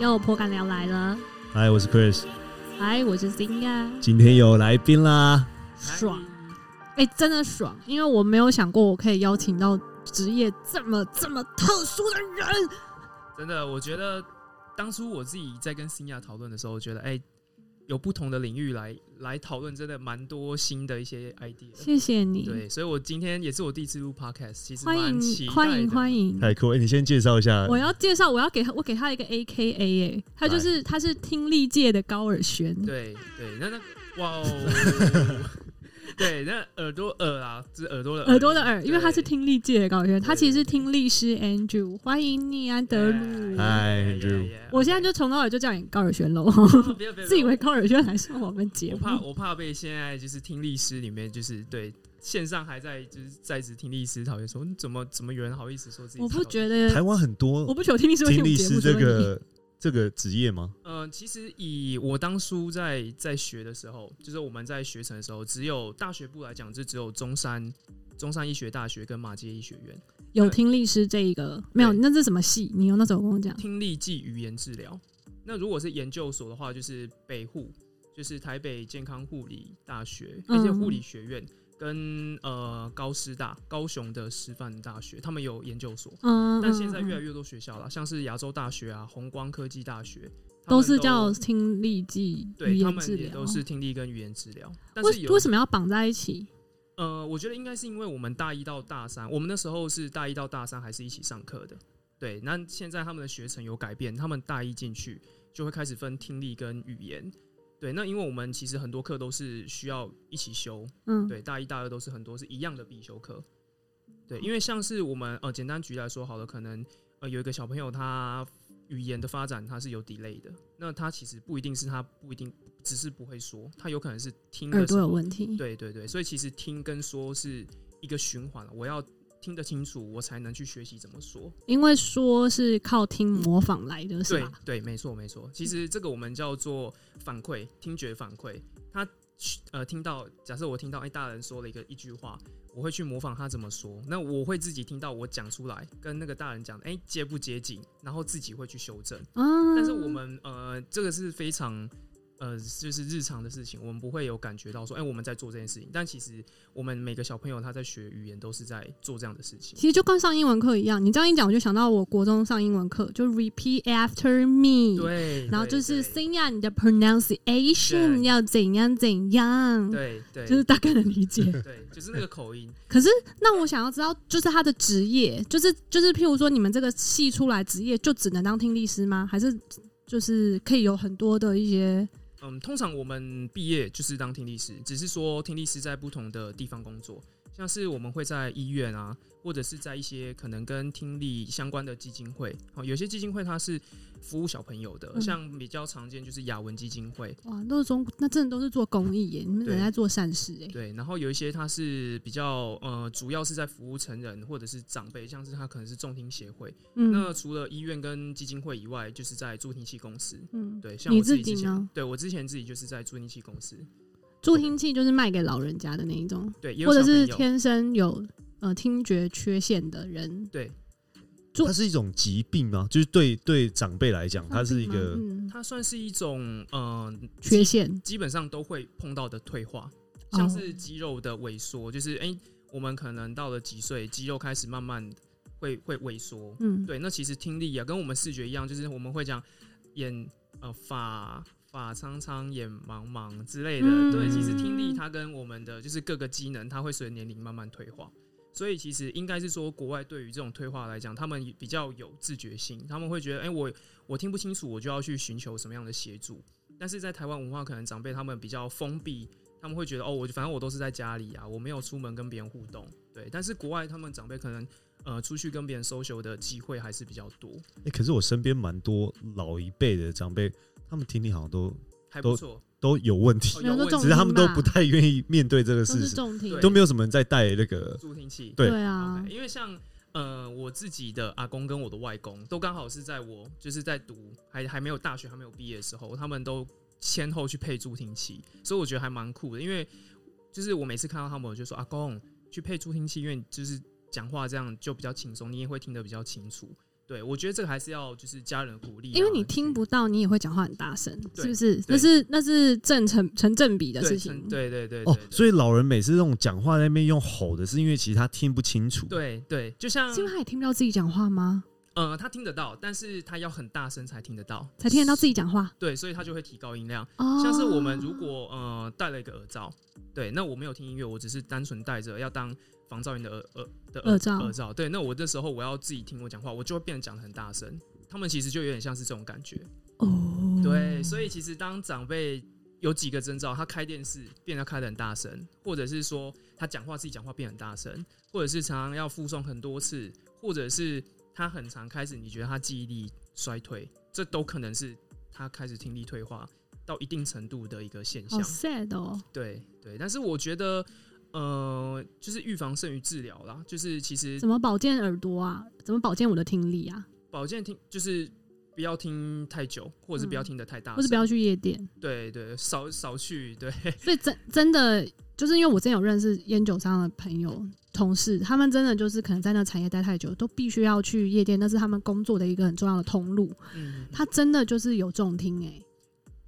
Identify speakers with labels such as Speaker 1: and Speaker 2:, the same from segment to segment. Speaker 1: 又颇感聊来了，
Speaker 2: 嗨，我是 Chris，
Speaker 1: 哎，我是金呀，
Speaker 2: 今天有来宾啦。
Speaker 1: 爽，哎、真的爽，因为我没有想过我可以邀请到职业这么这么特殊的人，
Speaker 3: 真的，我觉得当初我自己在跟新亚讨论的时候，我觉得哎、有不同的领域来来讨论，真的蛮多新的一些 idea。
Speaker 1: 谢谢你，
Speaker 3: 对，所以我今天也是我第一次录 podcast，其实
Speaker 1: 欢
Speaker 3: 蛮
Speaker 1: 迎
Speaker 3: 期
Speaker 1: 欢迎欢
Speaker 3: 迎。
Speaker 1: 迎。
Speaker 2: 太酷！哎、你先介绍一下，
Speaker 1: 我要介绍，我要给他，我给他一个 A K A，哎，他就是他是听力界的高尔宣，
Speaker 3: 对对，那那哇 哦，对，那耳朵耳啊，是耳朵的
Speaker 1: 耳朵的耳，因为他是
Speaker 3: 对
Speaker 1: 听力界的高尔宣，他
Speaker 3: 对
Speaker 1: 其实是听力师 Andrew，欢迎你安德鲁。
Speaker 2: 嗨
Speaker 3: 哎
Speaker 2: Andrew
Speaker 3: 哎哎哎
Speaker 1: 我现在就从头到尾就叫你高尔宣喽，
Speaker 3: 哦不要不 要，
Speaker 1: 自以为
Speaker 3: 不
Speaker 1: 高尔宣还上我们节
Speaker 3: 要我
Speaker 1: 目，
Speaker 3: 怕我怕被现在就是听力师里面就是对线上还在就是在职听力师讨厌说，你怎么怎么有人好意思说自己
Speaker 1: 我
Speaker 3: 是
Speaker 1: 不
Speaker 3: 高
Speaker 1: 觉得
Speaker 2: 台湾很
Speaker 1: 我
Speaker 2: 多
Speaker 1: 不求听力师会听我
Speaker 2: 听力
Speaker 1: 们节
Speaker 2: 师
Speaker 1: 目
Speaker 2: 这
Speaker 1: 所以
Speaker 2: 个这个职业吗？
Speaker 3: 呃，其实以我当初在在学的时候，就是我们在学程的时候，只有大学部来讲，就只有中山中山医学大学跟马街医学院
Speaker 1: 有听力师这一个没有，
Speaker 3: 对
Speaker 1: 那是什么系？你有那时候跟我讲，
Speaker 3: 听力暨语言治疗。那如果是研究所的话，就是北护，就是台北健康护理大学，
Speaker 1: 嗯
Speaker 3: 而且护理学院跟呃高师大高雄的师范大学，他们有研究所。
Speaker 1: 嗯，
Speaker 3: 但现在越来
Speaker 1: 越
Speaker 3: 越多学校了，像是亚洲大学啊、红光科技大学，他
Speaker 1: 都
Speaker 3: 们
Speaker 1: 是叫听力暨语
Speaker 3: 对他
Speaker 1: 言
Speaker 3: 们
Speaker 1: 治
Speaker 3: 也
Speaker 1: 疗，
Speaker 3: 都是听力跟语言治疗。但是
Speaker 1: 为
Speaker 3: 有
Speaker 1: 为什么要绑在一起？
Speaker 3: 呃，我觉得应该是因为我们大一到大三，我们那时候是大一到大三还是一起上课的。对，那现在他们的学程有改变，他们大一进去就会开始分听力跟语言。对，那因为我们其实很多课都是需要一起修，
Speaker 1: 嗯，
Speaker 3: 对，大一、大二都是很多是一样的必修课。对，因为像是我们呃，简单举例来说好了，可能呃有一个小朋友他语言的发展他是有 delay 的，那他其实不一定是他不一定只是不会说，他有可能是听的
Speaker 1: 耳
Speaker 3: 时
Speaker 1: 朵
Speaker 3: 候
Speaker 1: 有问题，
Speaker 3: 对对对，所以其实听跟说是一个循环，我要听得清楚，我才能去学习怎么说。
Speaker 1: 因为说是靠听模仿来的，是
Speaker 3: 对
Speaker 1: 吧？
Speaker 3: 对，没错没错。其实这个我们叫做反馈，听觉反馈。他呃听到，假设我听到哎大人说了一个一句话，我会去模仿他怎么说，那我会自己听到我讲出来，跟那个大人讲，哎接不接近，然后自己会去修正。
Speaker 1: 啊，
Speaker 3: 但是我们呃，这个是非常呃，就是日常的事情，我们不会有感觉到说，哎、我们在做这件事情。但其实我们每个小朋友他在学语言都是在做这样的事情。
Speaker 1: 其实就跟上英文课一样，你这样一讲，我就想到我国中上英文课，就 repeat after me，
Speaker 3: 对，
Speaker 1: 然后就
Speaker 3: 对
Speaker 1: 是
Speaker 3: 对
Speaker 1: Sinya，你的 pronunciation
Speaker 3: 对
Speaker 1: 要怎样怎样，
Speaker 3: 对对，
Speaker 1: 就是大概能理解。
Speaker 3: 对，就是那个口音。
Speaker 1: 可是，那我想要知道，就是他的职业，就是就是，譬如说，你们这个系出来职业就只能当听力师吗？还是就是可以有很多的一些
Speaker 3: 嗯，通常我们毕业就是当听力师，只是说听力师在不同的地方工作，像是我们会在医院啊，或者是在一些可能跟听力相关的基金会。好、有些基金会它是服务小朋友的，
Speaker 1: 嗯
Speaker 3: 像比较常见就是雅文基金会，
Speaker 1: 哇？那中那真的都是做公益耶，你们
Speaker 3: 对
Speaker 1: 人在做善事哎。
Speaker 3: 对，然后有一些它是比较呃，主要是在服务成人或者是长辈，像是它可能是重听协会。
Speaker 1: 嗯
Speaker 3: 那除了医院跟基金会以外，就是在助听器公司。
Speaker 1: 嗯，
Speaker 3: 对，像
Speaker 1: 你
Speaker 3: 我自
Speaker 1: 自
Speaker 3: 己之
Speaker 1: 己
Speaker 3: 前，
Speaker 1: 呢？
Speaker 3: 对我之前自己就是在助听器公司，
Speaker 1: 助听器就是卖给老人家的那一种，
Speaker 3: 对，也有
Speaker 1: 或者
Speaker 3: 小朋
Speaker 1: 是
Speaker 3: 友
Speaker 1: 天生有呃听觉缺陷的人，
Speaker 3: 对。
Speaker 1: 不
Speaker 2: 它是一种疾病吗？就是对对长辈来讲，它是一个
Speaker 1: 嗯
Speaker 3: 它算是一种嗯、呃
Speaker 1: 缺
Speaker 3: 基
Speaker 1: 陷，
Speaker 3: 基本上都会碰到的退化，
Speaker 1: 哦
Speaker 3: 像是肌肉的萎缩，就是哎、我们可能到了几岁，肌肉开始慢慢会会萎缩，
Speaker 1: 嗯，
Speaker 3: 对，那其实听力啊，跟我们视觉一样，就是我们会讲眼呃法法苍苍眼茫茫之类的。对，其实听力
Speaker 1: 嗯
Speaker 3: 它跟我们的就是各个机能，它会随着年龄慢慢退化。所以其实应该是说，国外对于这种退化来讲，他们比较有自觉性，他们会觉得，哎、我我听不清楚，我就要去寻求什么样的协助。但是在台湾文化，可能长辈他们比较封闭，他们会觉得哦，我就反正我都是在家里啊，我没有出门跟别人互动。对，但是国外他们长辈可能呃出去跟别人 social 的机会还是比较多，
Speaker 2: 哎、可是我身边蛮多老一辈的长辈，他们听力好像都
Speaker 3: 还
Speaker 2: 都
Speaker 3: 不错。
Speaker 2: 都有问题，
Speaker 3: 哦
Speaker 1: 没有都
Speaker 3: 有问题
Speaker 1: 重
Speaker 2: 只是他们都
Speaker 1: 听吧
Speaker 2: 不太愿意面对这个
Speaker 1: 都
Speaker 2: 事
Speaker 1: 是
Speaker 2: 实，
Speaker 1: 重听，
Speaker 3: 对
Speaker 2: 都没有什么人在带那个。
Speaker 3: 助听器。
Speaker 2: 对
Speaker 1: 对啊
Speaker 3: OK，，因为像呃我自己的阿公跟我的外公都刚好是在我就是在读还还没有大学还没有毕业的时候，他们都先后去配助听器，所以我觉得还蛮酷的。因为就是我每次看到他们，我就说阿公去配助听器，因为就是讲话这样就比较轻松，你也会听得比较清楚。对，我觉得这个还是要就是家人的鼓励啊、
Speaker 1: 因为你听不到，你也会讲话很大声，
Speaker 3: 对
Speaker 1: 是不是？
Speaker 3: 对
Speaker 1: 那是那是正成成正比的
Speaker 3: 对
Speaker 1: 事
Speaker 3: 成
Speaker 1: 情。
Speaker 3: 对对对
Speaker 2: 哦
Speaker 3: 对，对
Speaker 2: 所以老人每次那种讲话在那边用吼的，是因为其实他听不清楚。，
Speaker 3: 对对，就像
Speaker 1: 是因为他也听不到自己讲话吗？
Speaker 3: 呃，他听得到，但是他要很大声才听得到，
Speaker 1: 才听得到自己讲话？
Speaker 3: 对，所以他就会提高音量。
Speaker 1: 哦，
Speaker 3: 像是我们如果呃戴了一个耳罩，对，那我没有听音乐，我只是单纯戴着要当防噪音的耳耳的
Speaker 1: 耳罩
Speaker 3: 耳罩，对，那我那时候我要自己听我讲话，我就会变得讲得很大声。他们其实就有点像是这种感觉，
Speaker 1: 哦，
Speaker 3: 对，所以其实当长辈有几个征兆，他开电视变得开得很大声，或者是说他讲话自己讲话变很大声，或者是常常要附送很多次，或者是他很常开始你觉得他记忆力衰退，这都可能是他开始听力退化到一定程度的一个现
Speaker 1: 好
Speaker 3: 象。
Speaker 1: sad 哦，
Speaker 3: 对对，但是我觉得。呃，就是预防胜于治疗啦。就是其实
Speaker 1: 怎么保健耳朵啊？怎么保健我的听力啊？
Speaker 3: 保健听，就是不要听太久，或者是不要
Speaker 1: 嗯
Speaker 3: 听得太大声，
Speaker 1: 或是不要去夜店？
Speaker 3: 对对，少少去对。
Speaker 1: 所以真真的就是因为我之前有认识烟酒商的朋友同事，他们真的就是可能在那产业待太久，都必须要去夜店，那是他们工作的一个很重要的通路。
Speaker 3: 嗯，
Speaker 1: 他真的就是有重听哎、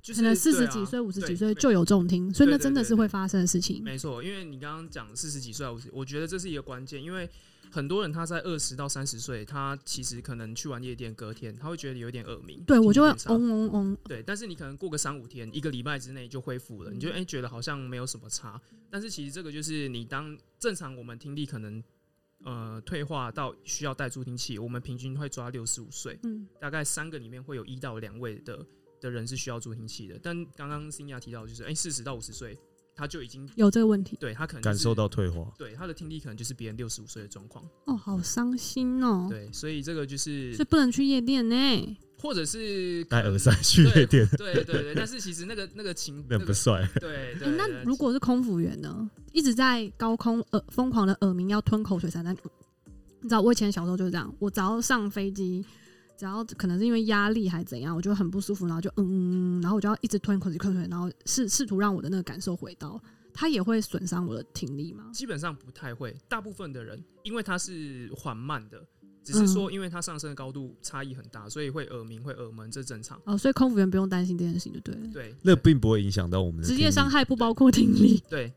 Speaker 3: 就是
Speaker 1: 可能四
Speaker 3: 对
Speaker 1: 十
Speaker 3: 啊
Speaker 1: 几岁、五十
Speaker 3: 对
Speaker 1: 几岁
Speaker 3: 没
Speaker 1: 就有重听，所以那
Speaker 3: 对对
Speaker 1: 真的
Speaker 3: 对
Speaker 1: 是会
Speaker 3: 对
Speaker 1: 发生的事情。
Speaker 3: 没错，因为你刚刚讲四十几岁，我是我觉得这是一个关键，因为很多人他在二十到三十岁，他其实可能去完夜店，隔天他会觉得有点耳鸣，
Speaker 1: 对
Speaker 3: 听
Speaker 1: 我
Speaker 3: 力
Speaker 1: 就会嗯
Speaker 3: 变差
Speaker 1: 嗡嗡嗡，
Speaker 3: 啊对，但是你可能过个三五天，一个礼拜之内就恢复了，你
Speaker 1: 嗯
Speaker 3: 就哎、觉得好像没有什么差，但是其实这个就是你当正常我们听力可能呃退化到需要戴助听器，我们平均会抓六十五岁，
Speaker 1: 嗯，
Speaker 3: 大概三个里面会有一到两位的的人是需要助听器的，但刚刚新亚提到的就是哎四十到五十岁他就已经
Speaker 1: 有这个问题
Speaker 3: 对他可能、
Speaker 2: 感受。到退化。
Speaker 3: 对他的听力可能就是别人六十五岁的状况，
Speaker 1: 哦，好伤心哦，
Speaker 3: 对，所以这个就是
Speaker 1: 所以不能去夜店呢、
Speaker 3: 或者是可
Speaker 2: 戴
Speaker 3: 能
Speaker 2: 耳塞去夜店，
Speaker 3: 对对对，但是其实那个那个情
Speaker 2: 那
Speaker 3: 那
Speaker 2: 很不
Speaker 3: 个
Speaker 2: 帅。
Speaker 3: 对
Speaker 1: 诶
Speaker 3: 对。
Speaker 1: 哎那
Speaker 3: 对
Speaker 1: 如果是空服员呢？一直在高空耳疯狂的耳鸣，要吞口水才能。你知道我以前小时候就是这样，我只要上飞机，只要可能是因为压力还怎样，我就很不舒服，然后就嗯嗯，嗯然后我就要一直吞口水口水，然后试试图让我的那个感受回到，它也会损伤我的听力吗？
Speaker 3: 基本上不太会，大部分的人因为它是缓慢的，只是说
Speaker 1: 嗯
Speaker 3: 因为它上升的高度差异很大，所以会耳鸣、会耳闷，这正常。
Speaker 1: 哦，所以空服员不用担心这件事情就对了，
Speaker 3: 对，
Speaker 2: 那
Speaker 3: 对
Speaker 2: 并不会影响到我们的
Speaker 1: 职
Speaker 2: 听
Speaker 1: 业
Speaker 2: 力
Speaker 1: 伤害不包括听力。
Speaker 3: 对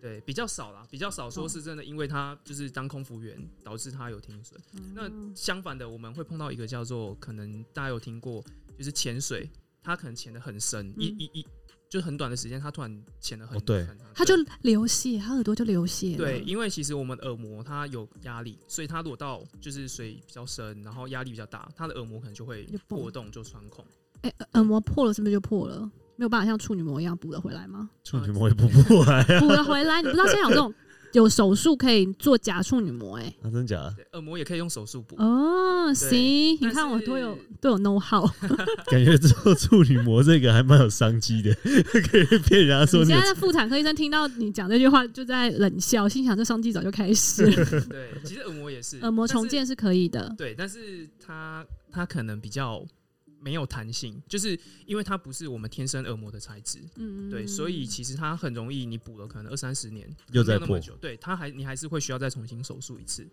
Speaker 3: 对比较少啦，比较少说
Speaker 1: 哦
Speaker 3: 是真的，因为他就是当空服员导致他有听损。 那相反的，我们会碰到一个叫做可能大家有听过，就是潜水，他可能潜的很深，一
Speaker 1: 嗯
Speaker 3: 一一就很短的时间，他突然潜的很、
Speaker 2: 哦对
Speaker 3: 很
Speaker 1: 他就流血，他耳朵就流血了。
Speaker 3: 对，因为其实我们耳膜它有压力，所以它落到就是水比较深，然后压力比较大，它的耳膜可能就会
Speaker 1: 就崩
Speaker 3: 破洞就穿孔。
Speaker 1: 哎、耳耳膜破了是不是就破了？没有办法像处女膜一样补得回来吗？
Speaker 2: 处女膜也补不来
Speaker 1: 补得回来，你不知道现在有这 种有手术可以做假处女膜哎、
Speaker 2: 啊，真假的？
Speaker 3: 对，耳膜也可以用手术补。
Speaker 1: 哦，行，你
Speaker 3: 但
Speaker 1: 看我
Speaker 3: 是
Speaker 1: 都有都有 know how。
Speaker 2: 感觉做处女膜这个还蛮有商机的， 可以骗人家说
Speaker 1: 你
Speaker 2: 你有
Speaker 1: 现在的妇产科医生听到你讲这句话就在冷笑，心想这商机早就开 始了。
Speaker 3: 对，其实耳膜也是
Speaker 1: 耳膜
Speaker 3: 但是
Speaker 1: 重建是可以的，
Speaker 3: 对，但是它它可能比较没有弹性，就是因为它不是我们天生耳膜的材质。
Speaker 1: 嗯，
Speaker 3: 对，所以其实它很容易，你补了可能二三十年，
Speaker 2: 又
Speaker 3: 没
Speaker 2: 在
Speaker 3: 有那
Speaker 2: 破
Speaker 3: 么。久，对，它还你还是会需要再重新手术一次。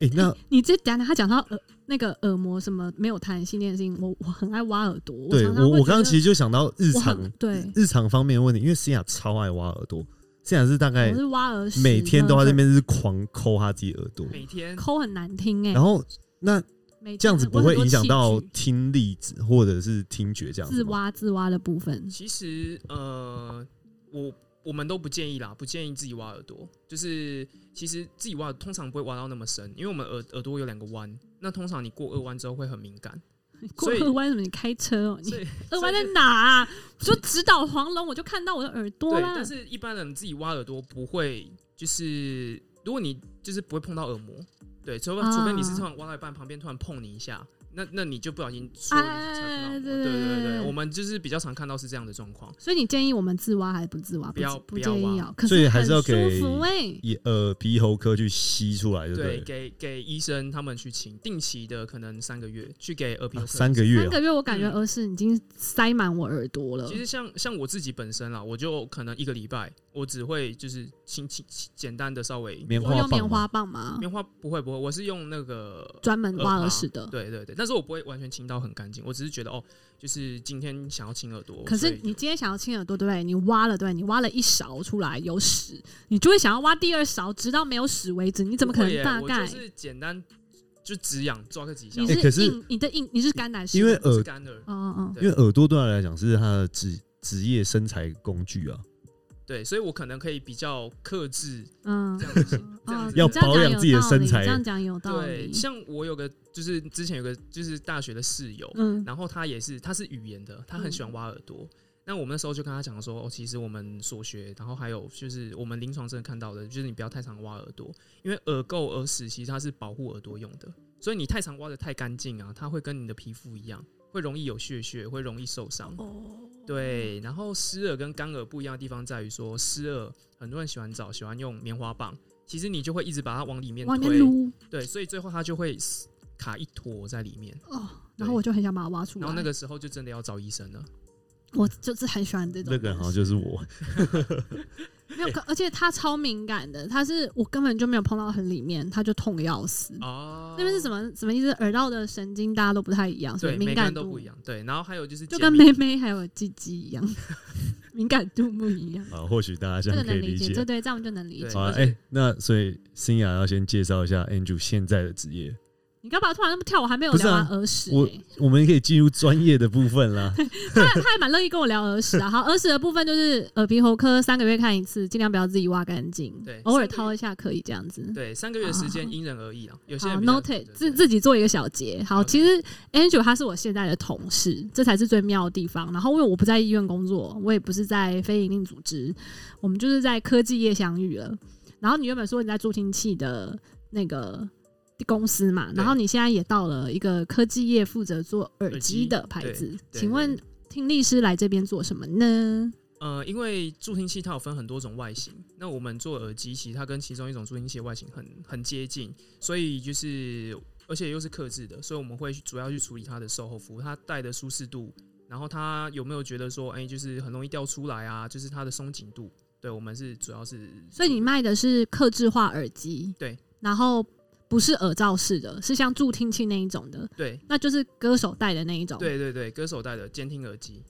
Speaker 2: 哎，那
Speaker 1: 你这讲他讲到耳那个耳膜什么没有弹性这件事情，我我很爱挖耳朵。
Speaker 2: 对
Speaker 1: 常常
Speaker 2: 我
Speaker 1: 会
Speaker 2: 我
Speaker 1: 觉
Speaker 2: 刚刚
Speaker 1: 得
Speaker 2: 其实就想到日
Speaker 1: 我
Speaker 2: 常
Speaker 1: 很对，
Speaker 2: 日常方面的问题，因为思雅超爱挖耳朵，思雅是大概
Speaker 1: 我是挖耳屎，
Speaker 2: 每天都在
Speaker 1: 在
Speaker 2: 那边是狂抠她自己耳朵，
Speaker 3: 每天
Speaker 1: 抠很难听哎、
Speaker 2: 然后那
Speaker 1: 每天
Speaker 2: 这样子不会影响到
Speaker 1: 我很多器
Speaker 2: 听力子或者是听觉这
Speaker 1: 具
Speaker 2: 样
Speaker 1: 自
Speaker 2: 子吗？
Speaker 1: 挖自挖的部分。
Speaker 3: 其实呃，我我们都不建议啦，不建议自己挖耳朵。就是其实自己挖通常不会挖到那么深，因为我们耳耳朵有两个弯，那通常你过二弯之后会很敏感，
Speaker 1: 过
Speaker 3: 所以
Speaker 1: 二弯怎么？你开车哦、
Speaker 3: 所
Speaker 1: 你
Speaker 3: 以
Speaker 1: 二弯在哪啊？我就直捣黄龙，我就看到我的耳朵
Speaker 3: 对，
Speaker 1: 啦
Speaker 3: 但。是一般人自己挖耳朵不会，就是如果你就是不会碰到耳膜，对，除非、除非你是
Speaker 1: 啊
Speaker 3: 突然挖到一半，旁边突然碰你一下。那那你就不小心说你才碰到
Speaker 1: 哎
Speaker 3: 我，
Speaker 1: 对
Speaker 3: 啊对对
Speaker 1: 对
Speaker 3: 对，我们就是比较常看到是这样的状况。
Speaker 1: 所以你建议我们自挖还是不自挖？
Speaker 3: 不要
Speaker 1: 不
Speaker 3: 不
Speaker 1: 建
Speaker 3: 要
Speaker 1: 议
Speaker 3: 挖
Speaker 1: 哦。可
Speaker 2: 所以
Speaker 1: 是
Speaker 2: 还是要
Speaker 1: 很舒
Speaker 2: 给
Speaker 1: 服哎。
Speaker 2: 一呃鼻喉科去吸出来，对不对？
Speaker 3: 对，给给医生他们去请定期的，可能三个月去给耳鼻喉
Speaker 2: 啊
Speaker 3: 科、
Speaker 2: 三个月
Speaker 1: 三
Speaker 2: 啊
Speaker 1: 个月我感觉
Speaker 3: 嗯
Speaker 1: 耳屎已经塞满我耳朵了
Speaker 3: 其。实像像我自己本身啊啦，我就可能一个礼拜，我只会就是轻轻简单的稍微
Speaker 2: 棉
Speaker 1: 我
Speaker 2: 花
Speaker 1: 用
Speaker 2: 棒
Speaker 1: 棉
Speaker 2: 嘛，呃
Speaker 1: 花棒吗？
Speaker 3: 棉花不会不会，我是用那个
Speaker 1: 专门挖
Speaker 2: 啊
Speaker 3: 耳
Speaker 1: 耳
Speaker 3: 耙
Speaker 1: 屎啊的。
Speaker 3: 对对对，但是我不会完全清到很干净，我只是觉得哦，就是今天想要清耳朵，
Speaker 1: 可
Speaker 3: 哦所
Speaker 1: 是
Speaker 3: 以
Speaker 1: 你今天想要清耳朵，对不对？你挖了，对不对，你挖了一勺出来有屎，你就会想要挖第二勺，直到没有屎为止。你怎么可
Speaker 3: 不会耶
Speaker 1: 能大
Speaker 3: 我
Speaker 1: 概
Speaker 3: 就？是简单就止痒抓个几下，
Speaker 1: 你
Speaker 2: 欸可是
Speaker 1: 硬，你的硬，你是干奶屎，
Speaker 2: 因为
Speaker 3: 是
Speaker 2: 耳
Speaker 3: 干耳，
Speaker 1: 哦哦哦，
Speaker 3: 对
Speaker 2: 因为耳朵对他来讲是他的职职业身材工具啊，
Speaker 3: 对，所以我可能可以比较克制
Speaker 1: 嗯
Speaker 3: 这，样子，这样
Speaker 1: 哦
Speaker 3: 子
Speaker 2: 要
Speaker 1: 你这样
Speaker 2: 保养
Speaker 1: 讲有
Speaker 2: 自己的
Speaker 1: 道
Speaker 2: 身
Speaker 1: 理
Speaker 2: 材
Speaker 1: 这样讲有道
Speaker 3: 对，
Speaker 1: 理。
Speaker 3: 像我有个就是之前有个就是大学的室友，
Speaker 1: 嗯，
Speaker 3: 然后他也是，他是语言的，他很喜欢挖耳朵。那我们那时候就跟他讲说，哦，其实我们所学，然后还有就是我们临床真的看到的，就是你不要太常挖耳朵，因为耳垢、耳屎其实它是保护耳朵用的，所以你太常挖的太干净啊，它会跟你的皮肤一样，会容易有血血，会容易受伤。
Speaker 1: 哦，
Speaker 3: 对，然后湿耳跟干耳不一样的地方在于说，湿耳很多人喜欢找，喜欢用棉花棒，其实你就会一直把它往里面
Speaker 1: 往里面
Speaker 3: 推，
Speaker 1: 撸
Speaker 3: 对，所以最后它就会死卡一坨在里面，
Speaker 1: 哦，然后我就很想把它挖出来。
Speaker 3: 然后那个时候就真的要找医生了。
Speaker 1: 我就是很喜欢这种
Speaker 2: 那
Speaker 1: 东西，
Speaker 2: 个好像就是我，
Speaker 1: 没
Speaker 3: 哎
Speaker 1: 有，可而且它超敏感的，它是我根本就没有碰到很里面，它就痛得要死。
Speaker 3: 哦，
Speaker 1: 那边是什
Speaker 3: 么？
Speaker 1: 么什么意思？耳道的神经大家都不太一样，所以
Speaker 3: 对，每
Speaker 1: 敏
Speaker 3: 个
Speaker 1: 感
Speaker 3: 人
Speaker 1: 度
Speaker 3: 都不一样。对，然后还有就是
Speaker 1: 就
Speaker 3: 解
Speaker 1: 跟
Speaker 3: 密
Speaker 1: 妹妹还有鸡鸡一样， 敏感度不一样。
Speaker 2: 啊，或许大家
Speaker 1: 这
Speaker 2: 现
Speaker 1: 个
Speaker 2: 在可
Speaker 1: 能
Speaker 2: 以
Speaker 1: 理
Speaker 2: 理
Speaker 1: 解，这
Speaker 2: 解。
Speaker 1: 对这样我们就能理
Speaker 3: 对
Speaker 1: 解。
Speaker 2: 好了，哎、那所以新雅要先介绍一下 Andrew 现在的职业，
Speaker 1: 你干嘛突然那么跳？我还没有
Speaker 2: 不是
Speaker 1: 聊
Speaker 2: 啊
Speaker 1: 完耳屎、
Speaker 2: 我
Speaker 1: 欸，
Speaker 2: 我们可以进入专业的部分 啦。
Speaker 1: 他他还蛮乐意跟我聊耳屎啊。好，耳屎的部分就是耳鼻喉科三个月看一次，尽量不要自己挖干净，
Speaker 3: 对
Speaker 1: 偶尔
Speaker 3: 三个月
Speaker 1: 掏一下可以这样子。
Speaker 3: 对三个月的时间
Speaker 1: 好
Speaker 3: 因人而异啊，有些
Speaker 1: 好
Speaker 3: 人比较
Speaker 1: 哦，noted，
Speaker 3: 对
Speaker 1: 自
Speaker 3: 对
Speaker 1: 自己做一个小结。好，
Speaker 3: OK
Speaker 1: 其实 Angel 他是我现在的同事，这才是最妙的地方。然后因为我不在医院工作，我也不是在非营利组织，我们就是在科技业相遇了。然后你原本说你在助听器的那个公司嘛，然后你现在也到了一个科技业负责做耳机
Speaker 3: 耳机
Speaker 1: 的牌子，
Speaker 3: 对
Speaker 1: 请问
Speaker 3: 对
Speaker 1: 听力师来这边做什么呢？
Speaker 3: 呃，因为助听器它有分很多种外形，那我们做耳机其实它跟其中一种助听器的外形很很接近，所以就是而且又是克制的，所以我们会去主要去处理它的售后服务，它戴的舒适度，然后它有没有觉得说，哎、就是很容易掉出来啊，就是它的松紧度，对我们是主要是，
Speaker 1: 所以你卖的是克制化耳机，
Speaker 3: 对，
Speaker 1: 然后不是耳罩式的，是像助听器那一种的。
Speaker 3: 对
Speaker 1: 那就是歌手戴的那一种。，
Speaker 3: 对对对，歌手戴的监听耳机，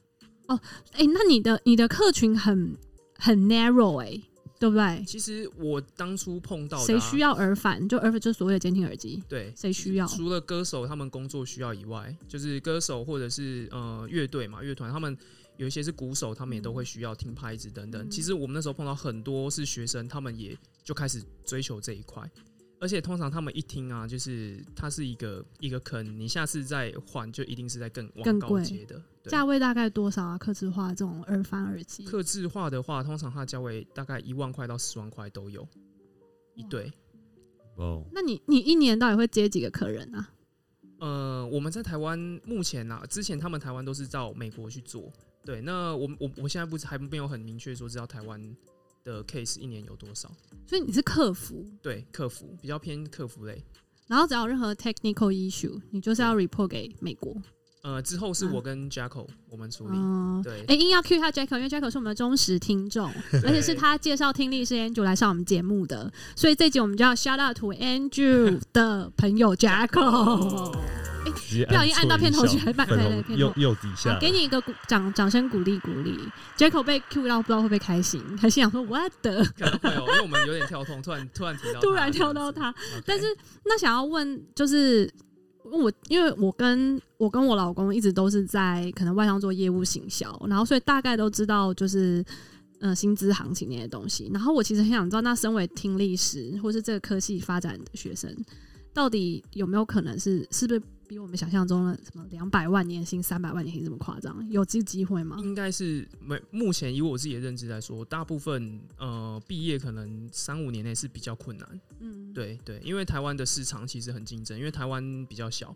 Speaker 1: 哎、那你的你的客群很很 narrow 哎、对不对？
Speaker 3: 其实我当初碰到的、啊，
Speaker 1: 谁需要耳返？就耳返就是所谓的监听耳机，
Speaker 3: 对，
Speaker 1: 谁需要？
Speaker 3: 除了歌手他们工作需要以外，就是歌手或者是呃乐队嘛，乐团他们有一些是鼓手，他们也都会需要听拍子等等。
Speaker 1: 嗯
Speaker 3: 其实我们那时候碰到很多是学生，他们也就开始追求这一块。而且通常他们一听啊，就是它是一个一个坑，你下次再换就一定是在更
Speaker 1: 更
Speaker 3: 往高
Speaker 1: 贵
Speaker 3: 阶的。对
Speaker 1: 价，位大概多少啊？客制化这种耳返耳机，
Speaker 3: 客制化的话，通常它的价位大概一万块到十万块都有一对。
Speaker 2: 哦，
Speaker 1: 那你你一年到底会接几个客人啊？
Speaker 3: 呃，我们在台湾目前啊，之前他们台湾都是到美国去做。对，那我我我现在不是还没有很明确说知道台湾的 case 一年有多少。
Speaker 1: 所以你是客服，
Speaker 3: 对，客服比较偏客服类。
Speaker 1: 然后只要有任何 technical issue，你就是要 report 给美国。
Speaker 3: 呃，之后是
Speaker 1: 嗯
Speaker 3: 我跟 Jacko 我们处理。
Speaker 1: 嗯。
Speaker 3: 对，
Speaker 1: 哎、硬要 cue 一下 Jacko，因为 Jacko 是我们的忠实听 众，而且是他介绍听力是 Andrew 来上我们节目的，所以这集我们就要 shout out to Andrew 的朋友 Jacko。
Speaker 2: 直接
Speaker 1: 不小心按到片头去，还把
Speaker 2: 粉红
Speaker 1: 对片
Speaker 2: 右
Speaker 1: 头。
Speaker 2: 右底下
Speaker 1: 好，，给你一个鼓掌，掌声鼓励鼓励。Jacko 被 Q 到，不知道会不会开心，还心想说 What the？
Speaker 3: 可能会有，因为我们有点跳痛，突然突然提到，
Speaker 1: 突然跳到他，
Speaker 3: OK，
Speaker 1: 但是那想要问，就是我因为我跟我跟我老公一直都是在可能外商做业务行销，然后所以大概都知道就是呃薪资行情那些东西。然后我其实很想知道，那身为听力师或是这个科系发展的学生，到底有没有可能是是不是比我们想象中的什么两百万年薪、三百万年薪这么夸张？有这机会吗？
Speaker 3: 应该是没目前以我自己的认知来说，大部分呃毕业可能三五年内是比较困难。
Speaker 1: 嗯，
Speaker 3: 对对，因为台湾的市场其实很竞争，因为台湾比较小。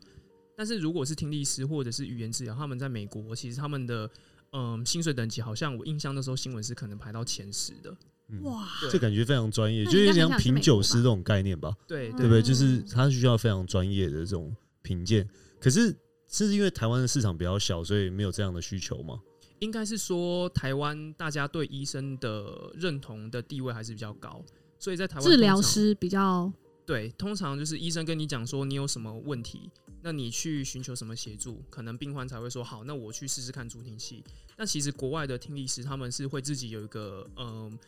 Speaker 3: 但是如果是听力师或者是语言治疗，他们在美国其实他们的嗯薪水等级，好像我印象那时候新闻是可能排到前十的。
Speaker 2: 嗯，
Speaker 1: 哇，
Speaker 3: 对
Speaker 2: 这感觉非常专业，
Speaker 1: 那
Speaker 2: 就
Speaker 1: 你应
Speaker 2: 是
Speaker 1: 该
Speaker 2: 像
Speaker 1: 很想去
Speaker 2: 品
Speaker 1: 美
Speaker 2: 酒
Speaker 1: 国
Speaker 2: 师
Speaker 1: 吧
Speaker 2: 这种概念吧，
Speaker 3: 对
Speaker 1: 嗯
Speaker 2: 对
Speaker 3: 对
Speaker 2: 不对？就是他需要非常专业的这种评鉴。可是是因为台湾的市场比较小，所以没有这样的需求嘛？
Speaker 3: 应该是说台湾大家对医生的认同的地位还是比较高，所以在台湾
Speaker 1: 治疗
Speaker 3: 通常
Speaker 1: 师比较
Speaker 3: 对，通常就是医生跟你讲说你有什么问题，那你去寻求什么协助，可能病患才会说好，那我去试试看助听器。那其实国外的听力师他们是会自己有一个嗯，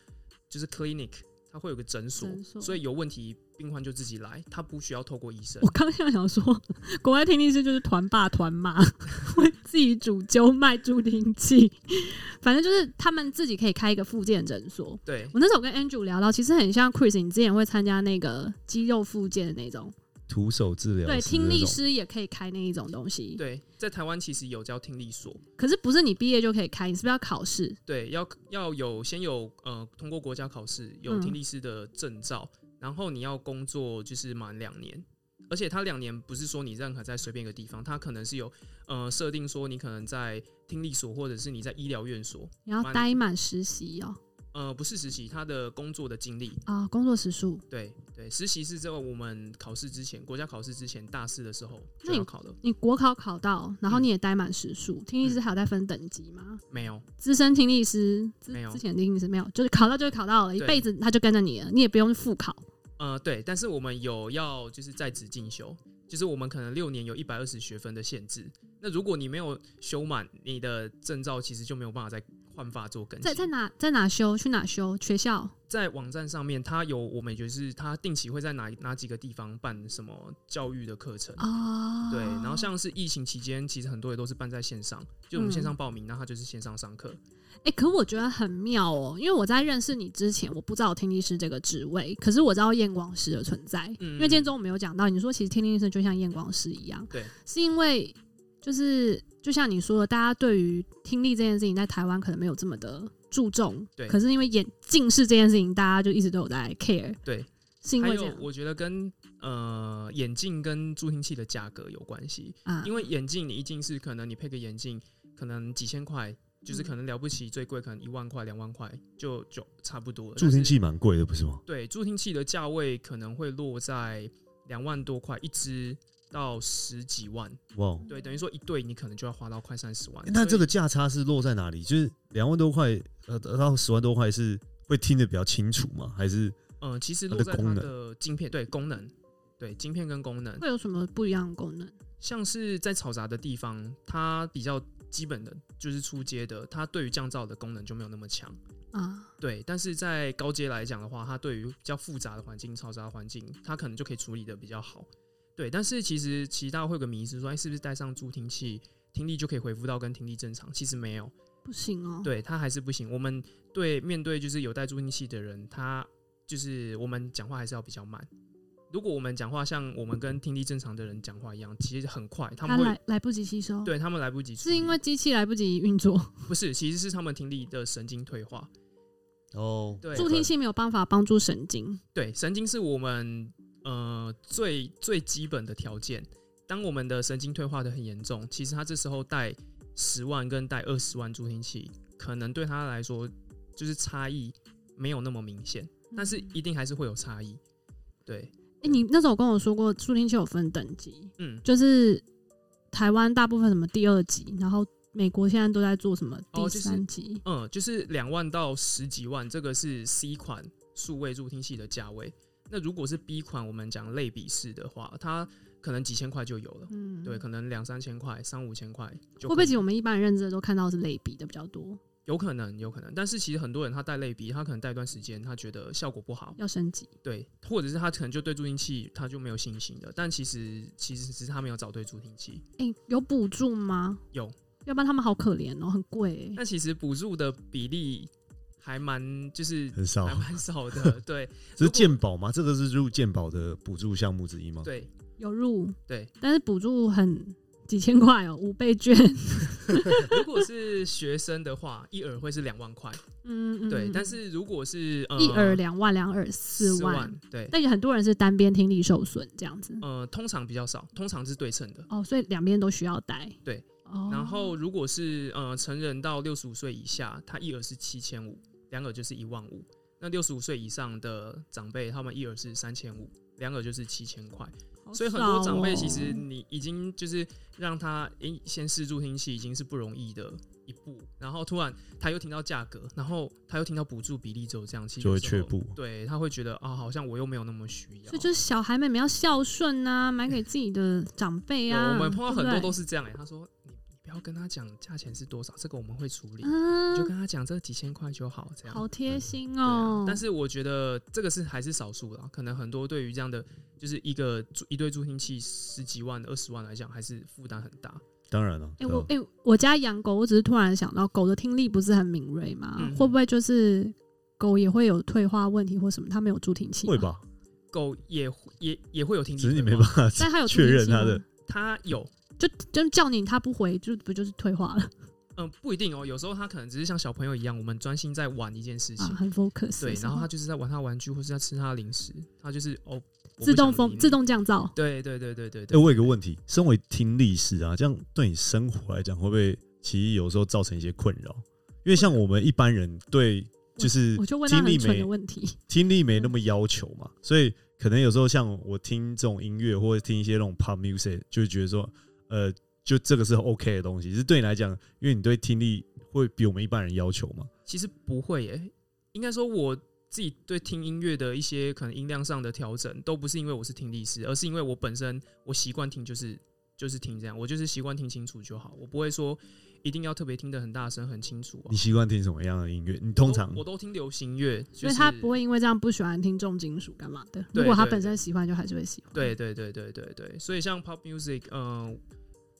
Speaker 3: 就是 clinic，他会有个诊所
Speaker 1: 诊，所
Speaker 3: 所以有问题病患就自己来，他不需要透过医生
Speaker 1: 我。刚想想说， 国外听力师就是团爸团妈， 会自己主揪卖助听器，反正就是他们自己可以开一个复健诊所。
Speaker 3: 对
Speaker 1: 我那时候跟 Andrew 聊到，其实很像 Chris，你之前会参加那个肌肉复健的那种，
Speaker 2: 徒手治疗
Speaker 1: 对，
Speaker 2: 师
Speaker 1: 听
Speaker 2: 那
Speaker 1: 力
Speaker 2: 种
Speaker 1: 师也可以开那一种东西。
Speaker 3: 对，在台湾其实有叫听力所，
Speaker 1: 可是不是你毕业就可以开，你是不是要考试？
Speaker 3: 对，要要有先有呃通过国家考试，有
Speaker 1: 嗯
Speaker 3: 听力师的证照，然后你要工作就是满两年，而且他两年不是说你任何在随便一个地方，他可能是有呃设定说你可能在听力所或者是你在医疗院所，
Speaker 1: 你要
Speaker 3: 蛮
Speaker 1: 待满实习哦，
Speaker 3: 呃不是实习，他的工作的经历，
Speaker 1: 啊，工作时数。
Speaker 3: 对对，实习是在我们考试之前，国家考试之前大四的时候
Speaker 1: 那
Speaker 3: 就
Speaker 1: 你
Speaker 3: 要考的，
Speaker 1: 你国考考到，然后
Speaker 3: 嗯
Speaker 1: 你也待满时数，听力师还有在分等级吗？
Speaker 3: 没有
Speaker 1: 资深听力师，之
Speaker 3: 没有
Speaker 1: 之前的听力师没有，就是考到就是考到了，一
Speaker 3: 对
Speaker 1: 辈子他就跟着你了，你也不用复考。
Speaker 3: 呃，对，但是我们有要就是在职进修，就是我们可能六年有一百二十学分的限制。那如果你没有修满，你的证照其实就没有办法再换发做更新。
Speaker 1: 在在哪在哪修？去哪修？学校？
Speaker 3: 在网站上面，它有我们就是它定期会在哪哪几个地方办什么教育的课程。
Speaker 1: 哦，
Speaker 3: 对，然后像是疫情期间，其实很多也都是办在线上，就我们线
Speaker 1: 嗯
Speaker 3: 上报名，那它就是线上上课。
Speaker 1: 哎、可我觉得很妙哦，因为我在认识你之前，我不知道听力师这个职位，可是我知道验光师的存在。
Speaker 3: 嗯
Speaker 1: 因为今天中午没有讲到，你说其实听力师就像验光师一样，
Speaker 3: 对，
Speaker 1: 是因为就是就像你说的，大家对于听力这件事情在台湾可能没有这么的注重，
Speaker 3: 对
Speaker 1: 可是因为眼近视这件事情，大家就一直都有在 care，
Speaker 3: 对，
Speaker 1: 是因
Speaker 3: 嗯还
Speaker 1: 为这
Speaker 3: 有
Speaker 1: 样，
Speaker 3: 我觉得跟呃眼镜跟助听器的价格有关系。
Speaker 1: 啊，
Speaker 3: 因为眼镜你一近视，可能你配个眼镜，可能几千块，就是
Speaker 2: 嗯
Speaker 3: 可能了不起最贵，可能一万块、两万块就就差不多了。
Speaker 2: 助听
Speaker 3: 但是
Speaker 2: 器蛮贵的，不是吗？
Speaker 3: 对助听器的价位可能会落在两万多块一支到十几万，
Speaker 2: 哇哦，
Speaker 3: 对，等于说一对你可能就要花到快三十万。
Speaker 2: 那这
Speaker 3: 所以
Speaker 2: 个价差是落在哪里？就是两万多块，呃，到十万多块是会听得比较清楚吗？还是
Speaker 3: 呃，其实
Speaker 2: 它的
Speaker 3: 落在它
Speaker 2: 功能
Speaker 3: 的晶片对功能，对晶片跟功能，
Speaker 1: 会有什么不一样的功能？
Speaker 3: 像是在嘈杂的地方，它比较基本的就是出街的，它对于降噪的功能就没有那么强。
Speaker 1: 啊，
Speaker 3: 对，但是在高阶来讲的话，它对于比较复杂的环境、嘈杂的环境，它可能就可以处理的比较好。对，但是其实其实大家会有个迷思，说，哎，是不是戴上助听器，听力就可以恢复到跟听力正常？其实没有，
Speaker 1: 不行哦。，
Speaker 3: 对，它还是不行。我们对面对就是有戴助听器的人，他就是我们讲话还是要比较慢。如果我们讲话像我们跟听力正常的人讲话一样，其实很快，他
Speaker 1: 它
Speaker 3: 们会
Speaker 1: 来来不及吸收，，
Speaker 3: 对他们来不及处理，
Speaker 1: 是因为机器来不及运作，
Speaker 3: 不是，其实是他们听力的神经退化。
Speaker 2: 哦，
Speaker 3: 对，
Speaker 1: 助听器没有办法帮助神经。
Speaker 3: 对，神经是我们呃最最基本的条件。当我们的神经退化的很严重，其实他这时候带十万跟带二十万助听器，可能对他来说就是差异没有那么明显，
Speaker 1: 嗯
Speaker 3: 但是一定还是会有差异。对，
Speaker 1: 哎、你那时候跟我说过，助听器有分等级，
Speaker 3: 嗯，
Speaker 1: 就是台湾大部分什么第二级，然后美国现在都在做什么
Speaker 3: 哦
Speaker 1: 第
Speaker 3: 就是
Speaker 1: 三级。
Speaker 3: 嗯，就是两万到十几万，这个是 C 款数位助听器的价位。那如果是 B 款，我们讲类比式的话，它可能几千块就有了，
Speaker 1: 嗯，
Speaker 3: 对，可能两三千块、三五千块就可以。
Speaker 1: 会不会其实我们一般人认知的都看到是类比的比较多，
Speaker 3: 有可能，有可能，但是其实很多人他戴类鼻，他可能戴一段时间，他觉得效果不好，
Speaker 1: 要升级？
Speaker 3: 对，或者是他可能就对助听器他就没有信心的。但其实其实只是他没有找对助听器。
Speaker 1: 哎、有补助吗？
Speaker 3: 有，哎
Speaker 1: 要不然他们好可怜哦，很贵、欸。
Speaker 3: 那其实补助的比例还蛮就是
Speaker 2: 很少
Speaker 3: 还？蛮少的，对
Speaker 2: 这是健保吗？这哦个是入健保的补助项目之一吗？
Speaker 3: 对
Speaker 1: 有入
Speaker 3: 对，
Speaker 1: 但是补助很几千块哦，五倍 券，
Speaker 3: 如果是学生的话，一耳会是两万块，
Speaker 1: 嗯，嗯
Speaker 3: 对。
Speaker 1: 嗯
Speaker 3: 但是如果是、呃、
Speaker 1: 一耳两万，两耳四
Speaker 3: 四
Speaker 1: 万，，
Speaker 3: 对，
Speaker 1: 但也很多人是单边听力受损这样子。
Speaker 3: 呃，通常比较少，通常是对称的。
Speaker 1: 哦，所以两边都需要带。
Speaker 3: 对，
Speaker 1: 哦，
Speaker 3: 然后如果是呃成人到六十五岁以下，他一耳是七千五，两耳就是一万五。那六十五岁以上的长辈，他们一耳是三千五，两耳就是七千块。
Speaker 1: 好
Speaker 3: 所以很多
Speaker 1: 少
Speaker 3: 长辈其
Speaker 1: 哦
Speaker 3: 实你已经就是让他诶先试助听器已经是不容易的一步，然后突然他又听到价格，然后他又听到补助比例只有这样，其实
Speaker 2: 就会
Speaker 3: 有时候
Speaker 2: 却步
Speaker 3: 对他会觉得啊，好像我又没有那么需要。
Speaker 1: 所以就是小孩们要孝顺呐、买给自己的长辈
Speaker 3: 有
Speaker 1: 啊。
Speaker 3: 我们碰到很多都
Speaker 1: 是
Speaker 3: 是这样哎、他说你你不要跟他讲价钱是多少，这个我们会处理，你就
Speaker 1: 嗯，
Speaker 3: 跟他讲这几千块就好，这样。
Speaker 1: 好贴心
Speaker 3: 对
Speaker 1: 哦、
Speaker 3: 啊，但是我觉得这个是还是少数啦，可能很多对于这样的就是一个助一对助听器十几万、二十万来讲，还是负担很大。
Speaker 2: 当然了、
Speaker 1: 哎、
Speaker 2: 对啊
Speaker 1: 我
Speaker 3: 嗯
Speaker 1: 哎、我家养狗，我只是突然想到，狗的听力不是很敏锐嘛、
Speaker 3: 嗯
Speaker 1: 会不会就是狗也会有退化问题或什么？它没有助听器，
Speaker 2: 会？吧，
Speaker 3: 狗也会也也会有听力
Speaker 2: 只是你没
Speaker 3: 退
Speaker 2: 办
Speaker 3: 化，
Speaker 2: 法
Speaker 1: 但它有助
Speaker 2: 确
Speaker 1: 听器
Speaker 2: 认它
Speaker 1: 吗
Speaker 2: 的，
Speaker 3: 它有，
Speaker 1: 就就叫你它不回，就不就是退化了
Speaker 3: 嗯，不一定哦，有时候它可能只是像小朋友一样，我们专心在玩一件事
Speaker 1: 啊？
Speaker 3: 情，
Speaker 1: 很 focus
Speaker 3: 对，
Speaker 1: 什
Speaker 3: 然后
Speaker 1: 么
Speaker 3: 它就是在玩它的玩具，或是在吃它的零食，它就是哦，我不
Speaker 1: 自动
Speaker 3: 想
Speaker 1: 风
Speaker 3: 理你
Speaker 1: 自，动降噪，
Speaker 3: 对对对对对
Speaker 2: 哎、
Speaker 3: 对，
Speaker 2: 我有个问题，身为听力师啊，这样对你生活来讲，会不会其实有时候造成一些困扰？因为像我们一般人对就是
Speaker 1: 我就问他
Speaker 2: 听
Speaker 1: 很
Speaker 2: 力
Speaker 1: 蠢的
Speaker 2: 没
Speaker 1: 问题。
Speaker 2: 听力没那么要求嘛，所以可能有时候像我听这种音乐或者听一些那种 pop music，就会觉得说，呃，就这个是 OK 的东西。是对你来讲，因为你对听力会比我们一般人要求嘛，
Speaker 3: 其实不会耶，应该说我自己对听音乐的一些可能音量上的调整，都不是因为我是听力师，而是因为我本身我习惯听就是就是听这样，我就是习惯听清楚就好，我不会说一定要特别听得很大声很清楚、啊
Speaker 2: 你。习惯听什么样的音乐？你通常
Speaker 3: 我都我都听流行乐，
Speaker 1: 所
Speaker 3: 就是
Speaker 1: 以他不会因为这样不喜欢听重金属干嘛的。
Speaker 3: 对
Speaker 1: 如果他
Speaker 3: 对
Speaker 1: 本身喜欢，就还是会喜欢。
Speaker 3: 对，对对对对对，所以像 pop music，嗯、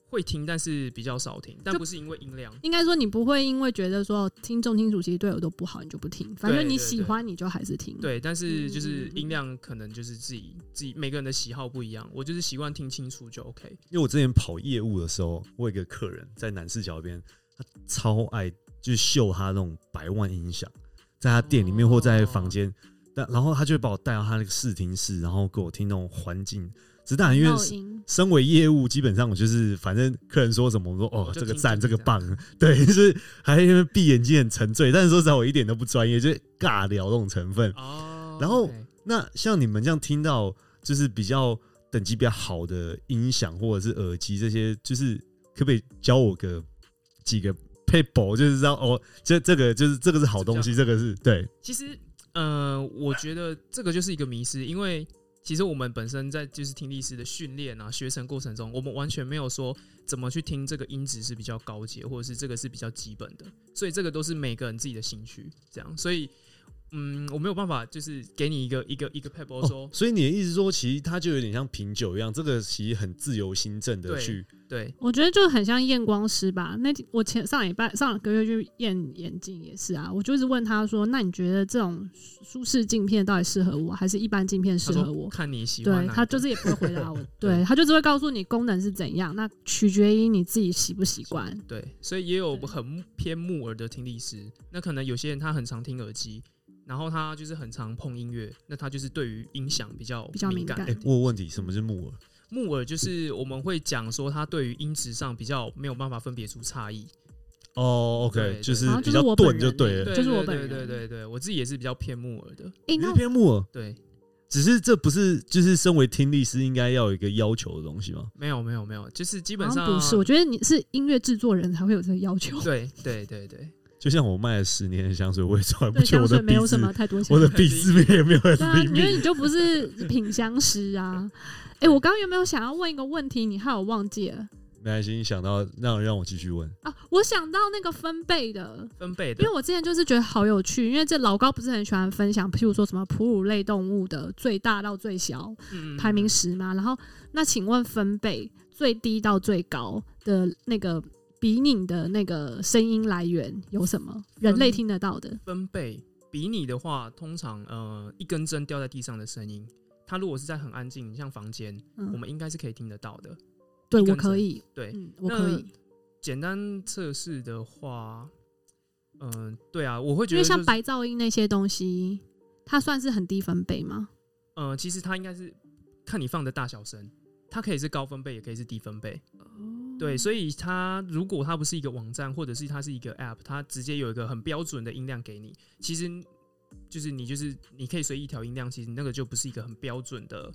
Speaker 3: 会听，但是比较少听，但
Speaker 1: 就
Speaker 3: 不是因为音量。
Speaker 1: 应该说你不会因为觉得说哦听重金属其实对耳朵不好，你就不听。反正你喜欢你就还是听。
Speaker 3: 对，但是就是
Speaker 1: 嗯嗯嗯
Speaker 3: 音量可能就是自己自己每个人的喜好不一样，我就是习惯听清楚就 OK。
Speaker 2: 因为我之前跑业务的时候，我有一个客人在南市桥那边，他超爱就是秀他那种百万音响，在他店里面
Speaker 3: 哦
Speaker 2: 或在房间，但然后他就会把我带到他那个试听室，然后给我听那种环境。只是当然因
Speaker 1: 噪
Speaker 2: 为
Speaker 1: 音。
Speaker 2: 身为业务，基本上我就是反正客人说什么，我说哦
Speaker 3: 我就
Speaker 2: 这个
Speaker 3: 听
Speaker 2: 赞，
Speaker 3: 就
Speaker 2: 这
Speaker 3: 听
Speaker 2: 个棒， 对，就是还因为闭眼睛很沉醉，但是说实在我一点都不专业，就是尬聊这种成分。
Speaker 3: 哦
Speaker 2: 然后
Speaker 3: OK
Speaker 2: 那像你们这样听到，就是比较等级比较好的音响或者是耳机这些，就是可不可以教我个几个 paper，就是知道哦，这这个就是这个是好东西，这个是对，
Speaker 3: 其实，呃，我觉得这个就是一个迷失，因为其实我们本身在就是听力师的训练啊、学成过程中，我们完全没有说怎么去听这个音质是比较高阶，或者是这个是比较基本的，所以这个都是每个人自己的兴趣，这样，所以。嗯，我没有办法，就是给你一个一个一个 pebble 说，
Speaker 2: 哦。所以你的意思说，其实它就有点像品酒一样，这个其实很自由心证的
Speaker 3: 对
Speaker 2: 去
Speaker 3: 对，
Speaker 1: 我觉得就很像验光师吧。那我前上礼拜上个月去验眼镜也是啊，我就是问他说：“那你觉得这种舒适镜片到底适合我，还是一般镜片适
Speaker 3: 他
Speaker 2: 啊
Speaker 1: 合
Speaker 3: 说
Speaker 1: 我？”
Speaker 3: 看你喜欢哪
Speaker 1: 对
Speaker 3: 一个，
Speaker 1: 他就是也不会回答 我，
Speaker 3: 对
Speaker 1: 对他就只会告诉你功能是怎样，那取决于你自己习不习惯。
Speaker 3: 对，所以也有
Speaker 1: 对
Speaker 3: 很偏木耳的听力师，那可能有些人他很常听耳机，然后他就是很常碰音乐，那他就是对于音响比较
Speaker 1: 比较敏
Speaker 3: 感。
Speaker 1: 感
Speaker 2: 哎、我有问题，什么是木耳？
Speaker 3: 木耳就是我们会讲说他对于音质上比较没有办法分别出差异，
Speaker 2: 哦
Speaker 3: 对
Speaker 2: ，OK，
Speaker 3: 对
Speaker 2: 就是
Speaker 1: 好像
Speaker 2: 比
Speaker 1: 就是
Speaker 2: 较
Speaker 1: 我本
Speaker 2: 钝就
Speaker 1: 人
Speaker 2: 对
Speaker 1: 欸
Speaker 2: 了。
Speaker 3: 对
Speaker 1: 就是我本
Speaker 3: 对对对
Speaker 1: 人
Speaker 3: 对对，我自己也是比较偏木耳的，
Speaker 1: 哎、
Speaker 2: 你
Speaker 1: 那
Speaker 2: 是偏木耳，
Speaker 3: 对，
Speaker 2: 只是这不是就是身为听力师应该要有一个要求的东西吗？
Speaker 3: 没有没有没有，就是基本
Speaker 1: 好
Speaker 3: 上
Speaker 1: 像不是，我觉得你是音乐制作人才会有这个要 求。
Speaker 3: 对对对对，
Speaker 2: 就像我卖了十年的香水，我也从来不
Speaker 1: 对，
Speaker 2: 觉得
Speaker 1: 香
Speaker 2: 我的
Speaker 1: 水没
Speaker 2: 鼻
Speaker 1: 有什
Speaker 2: 子
Speaker 1: 么太多想
Speaker 2: 我
Speaker 1: 法。
Speaker 2: 的鼻子没有没有
Speaker 1: 对啊，
Speaker 2: 很灵
Speaker 1: 因为
Speaker 2: 敏。
Speaker 1: 你就不是品香师啊。哎、我刚刚有没有想要问一个问题？你害我忘记了
Speaker 2: 没关系，你想到让让我继续问。
Speaker 1: 啊！我想到那个分贝的，
Speaker 3: 分贝
Speaker 1: 因
Speaker 3: 的
Speaker 1: 为我之前就是觉得好有趣，因为这老高不是很喜欢分享，譬如说什么哺乳类动物的最大到最小
Speaker 3: 嗯
Speaker 1: 排名十嘛。然后，那请问分贝最低到最高的那个比拟的那个声音来源有什么？人
Speaker 3: 嗯
Speaker 1: 类听得到的？
Speaker 3: 分贝比你的话，通常呃一根针掉在地上的声音，它如果是在很安静，像房间，
Speaker 1: 嗯
Speaker 3: 我们应该是可以听得到的。
Speaker 1: 对
Speaker 3: 一
Speaker 1: 我
Speaker 3: 根
Speaker 1: 可
Speaker 3: 针
Speaker 1: 以，
Speaker 3: 对
Speaker 1: 嗯，我可以，
Speaker 3: 简单测试的话，嗯、对啊，我会觉
Speaker 1: 因为
Speaker 3: 得就
Speaker 1: 像
Speaker 3: 是，
Speaker 1: 白噪音那些东西，它算是很低分贝吗？
Speaker 3: 嗯、其实它应该是看你放的大小声，它可以是高分贝，也可以是低分贝。
Speaker 1: 嗯
Speaker 3: 对，所以它如果它不是一个网站，或者是它是一个 App，它直接有一个很标准的音量给你，其实就是你就是你可以随意调音量，其实那个就不是一个很标准的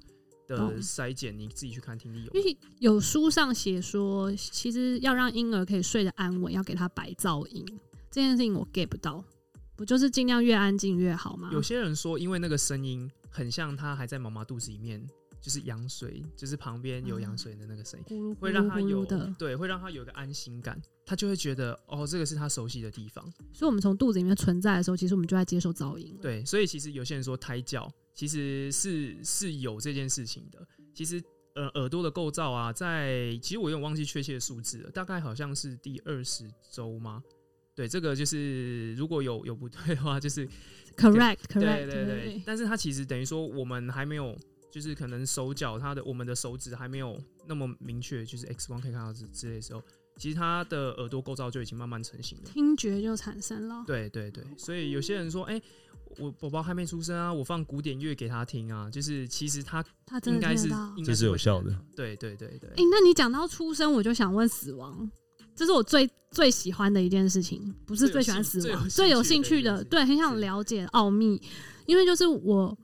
Speaker 3: 的
Speaker 1: 懂
Speaker 3: 筛检，你自己去看听力有没
Speaker 1: 因
Speaker 3: 有。
Speaker 1: 为有书上写说，其实要让婴儿可以睡得安稳，要给他白噪音这件事情，我 get 不到。不就是尽量越安静越好吗？
Speaker 3: 有些人说，因为那个声音很像他还在妈妈肚子里面，就是羊水，就是旁边有羊水的那个声音，
Speaker 1: 咕噜咕
Speaker 3: 会
Speaker 1: 噜
Speaker 3: 让他
Speaker 1: 咕
Speaker 3: 有
Speaker 1: 噜嗯的，
Speaker 3: 对，会让他有一个安心感，他就会觉得哦，这个是他熟悉的地方。
Speaker 1: 所以我们从肚子里面存在的时候，其实我们就在接受噪音了。
Speaker 3: 对，所以其实有些人说胎教其实是是有这件事情的。其实呃，耳朵的构造啊，在其实我有点忘记确切的数字了，大概好像是第二十周吗？对，这个就是如果有有不对的话，就是
Speaker 1: ，correct
Speaker 3: 对
Speaker 1: correct，
Speaker 3: 对对，但是它其实等于说我们还没有，就是可能手脚它的我们的手指还没有那么明确，就是 X 光可以看到之之类的时候，其实它的耳朵构造就已经慢慢成型了。
Speaker 1: 听觉就产生了。
Speaker 3: 对对对，所以有些人说，哎、我宝宝还没出生啊，我放古典乐给他听啊，就是其实他
Speaker 1: 他真
Speaker 3: 应
Speaker 1: 的
Speaker 3: 该
Speaker 1: 听
Speaker 3: 是
Speaker 1: 得到。
Speaker 3: 应该
Speaker 2: 这是有
Speaker 3: 会
Speaker 2: 效的。
Speaker 3: 对对对对，
Speaker 1: 诶，那你讲到出生，我就想问死亡，这是我最最喜欢的一件事情，不是
Speaker 3: 最有
Speaker 1: 最喜欢
Speaker 3: 兴
Speaker 1: 死亡，
Speaker 3: 最
Speaker 1: 最
Speaker 3: 有
Speaker 1: 有兴
Speaker 3: 兴趣
Speaker 1: 趣
Speaker 3: 的
Speaker 1: 的，
Speaker 3: 一件
Speaker 1: 对，很
Speaker 3: 是
Speaker 1: 想了解奥秘，因为就是我，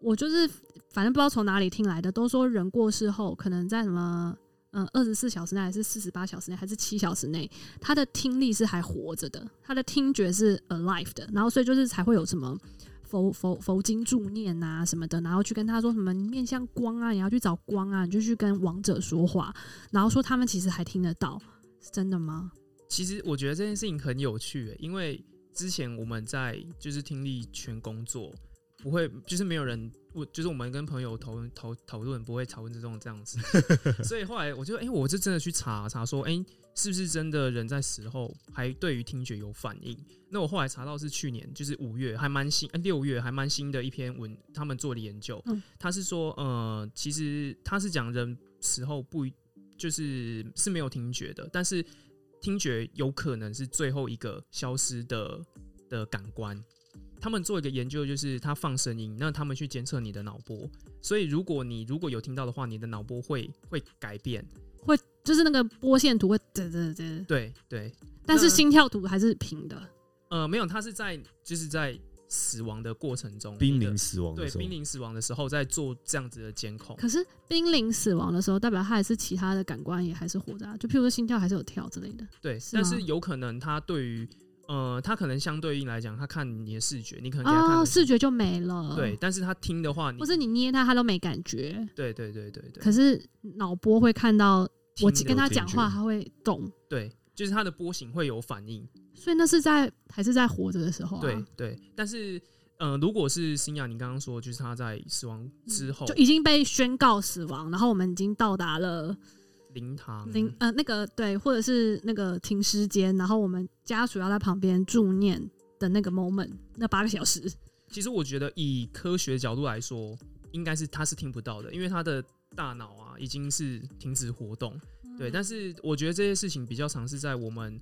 Speaker 1: 我就是反正不知道从哪里听来的，都说人过世后，可能在什么。嗯，二十四小时内还是四十八小时内还是七小时内，他的听力是还活着的，他的听觉是 alive 的，然后所以就是才会有什么佛佛佛经助念啊什么的，然后去跟他说什么面向光啊，你要去找光啊，你就去跟王者说话，然后说他们其实还听得到，是真的吗？
Speaker 3: 其实我觉得这件事情很有趣欸，因为之前我们在就是听力圈工作，不会就是没有人，我就是我们跟朋友讨论讨讨论不会讨论这种这样子，所以后来我就哎、诶我就真的去查查说，哎、是不是真的人在死后还对于听觉有反应？那我后来查到是去年就是五月还蛮新，呃六、月还蛮新的一篇文，他们做的研究，
Speaker 1: 嗯
Speaker 3: 他是说呃，其实他是讲人死后不一就是是没有听觉的，但是听觉有可能是最后一个消失的的感官。他们做一个研究，就是他放声音，那他们去监测你的脑波，所以如果你如果有听到的话，你的脑波会会改变。
Speaker 1: 就是那个波线图会嘚嘚嘚，
Speaker 3: 对对，
Speaker 1: 但
Speaker 3: 嗯
Speaker 1: 是心跳图还是平的，
Speaker 3: 呃，没有，他是在就是在死亡的过程中，
Speaker 2: 濒
Speaker 3: 你的
Speaker 2: 临死亡的
Speaker 3: 对
Speaker 2: 时候
Speaker 3: 濒，临死亡的时候，在做这样子的监控。
Speaker 1: 可是濒临死亡的时候，代表他还是其他的感官也还是活着、啊，就譬如说心跳还是有跳之类的。
Speaker 3: 对，
Speaker 1: 是
Speaker 3: 但
Speaker 1: 吗
Speaker 3: 是有可能他对于呃，他可能相对应来讲，他看你的视觉，你可能给他看你
Speaker 1: 哦，
Speaker 3: 的
Speaker 1: 视觉就没了。
Speaker 3: 对，，但是他听的话，你
Speaker 1: 或是你捏它，它都没感觉，
Speaker 3: 对对对对对，
Speaker 1: 可是脑波会看到我
Speaker 3: 听
Speaker 1: 跟
Speaker 3: 的
Speaker 1: 他
Speaker 2: 听
Speaker 1: 讲
Speaker 2: 觉
Speaker 1: 话，他会动。
Speaker 3: 对，就是他的波形会有反应。
Speaker 1: 所以那是在还是在活着的时候、啊，
Speaker 3: 对，对，但是呃，如果是新雅，你刚刚说就是他在死亡之后
Speaker 1: 嗯就已经被宣告死亡，然后我们已经到达了
Speaker 3: 灵堂
Speaker 1: 灵、呃那个对，或者是那个停尸间，然后我们家属要在旁边助念的那个 moment，那八个小时，
Speaker 3: 其实我觉得以科学角度来说，应该是他是听不到的，因为他的大脑啊已经是停止活动。
Speaker 1: 嗯
Speaker 3: 对，但是我觉得这些事情比较常是在我们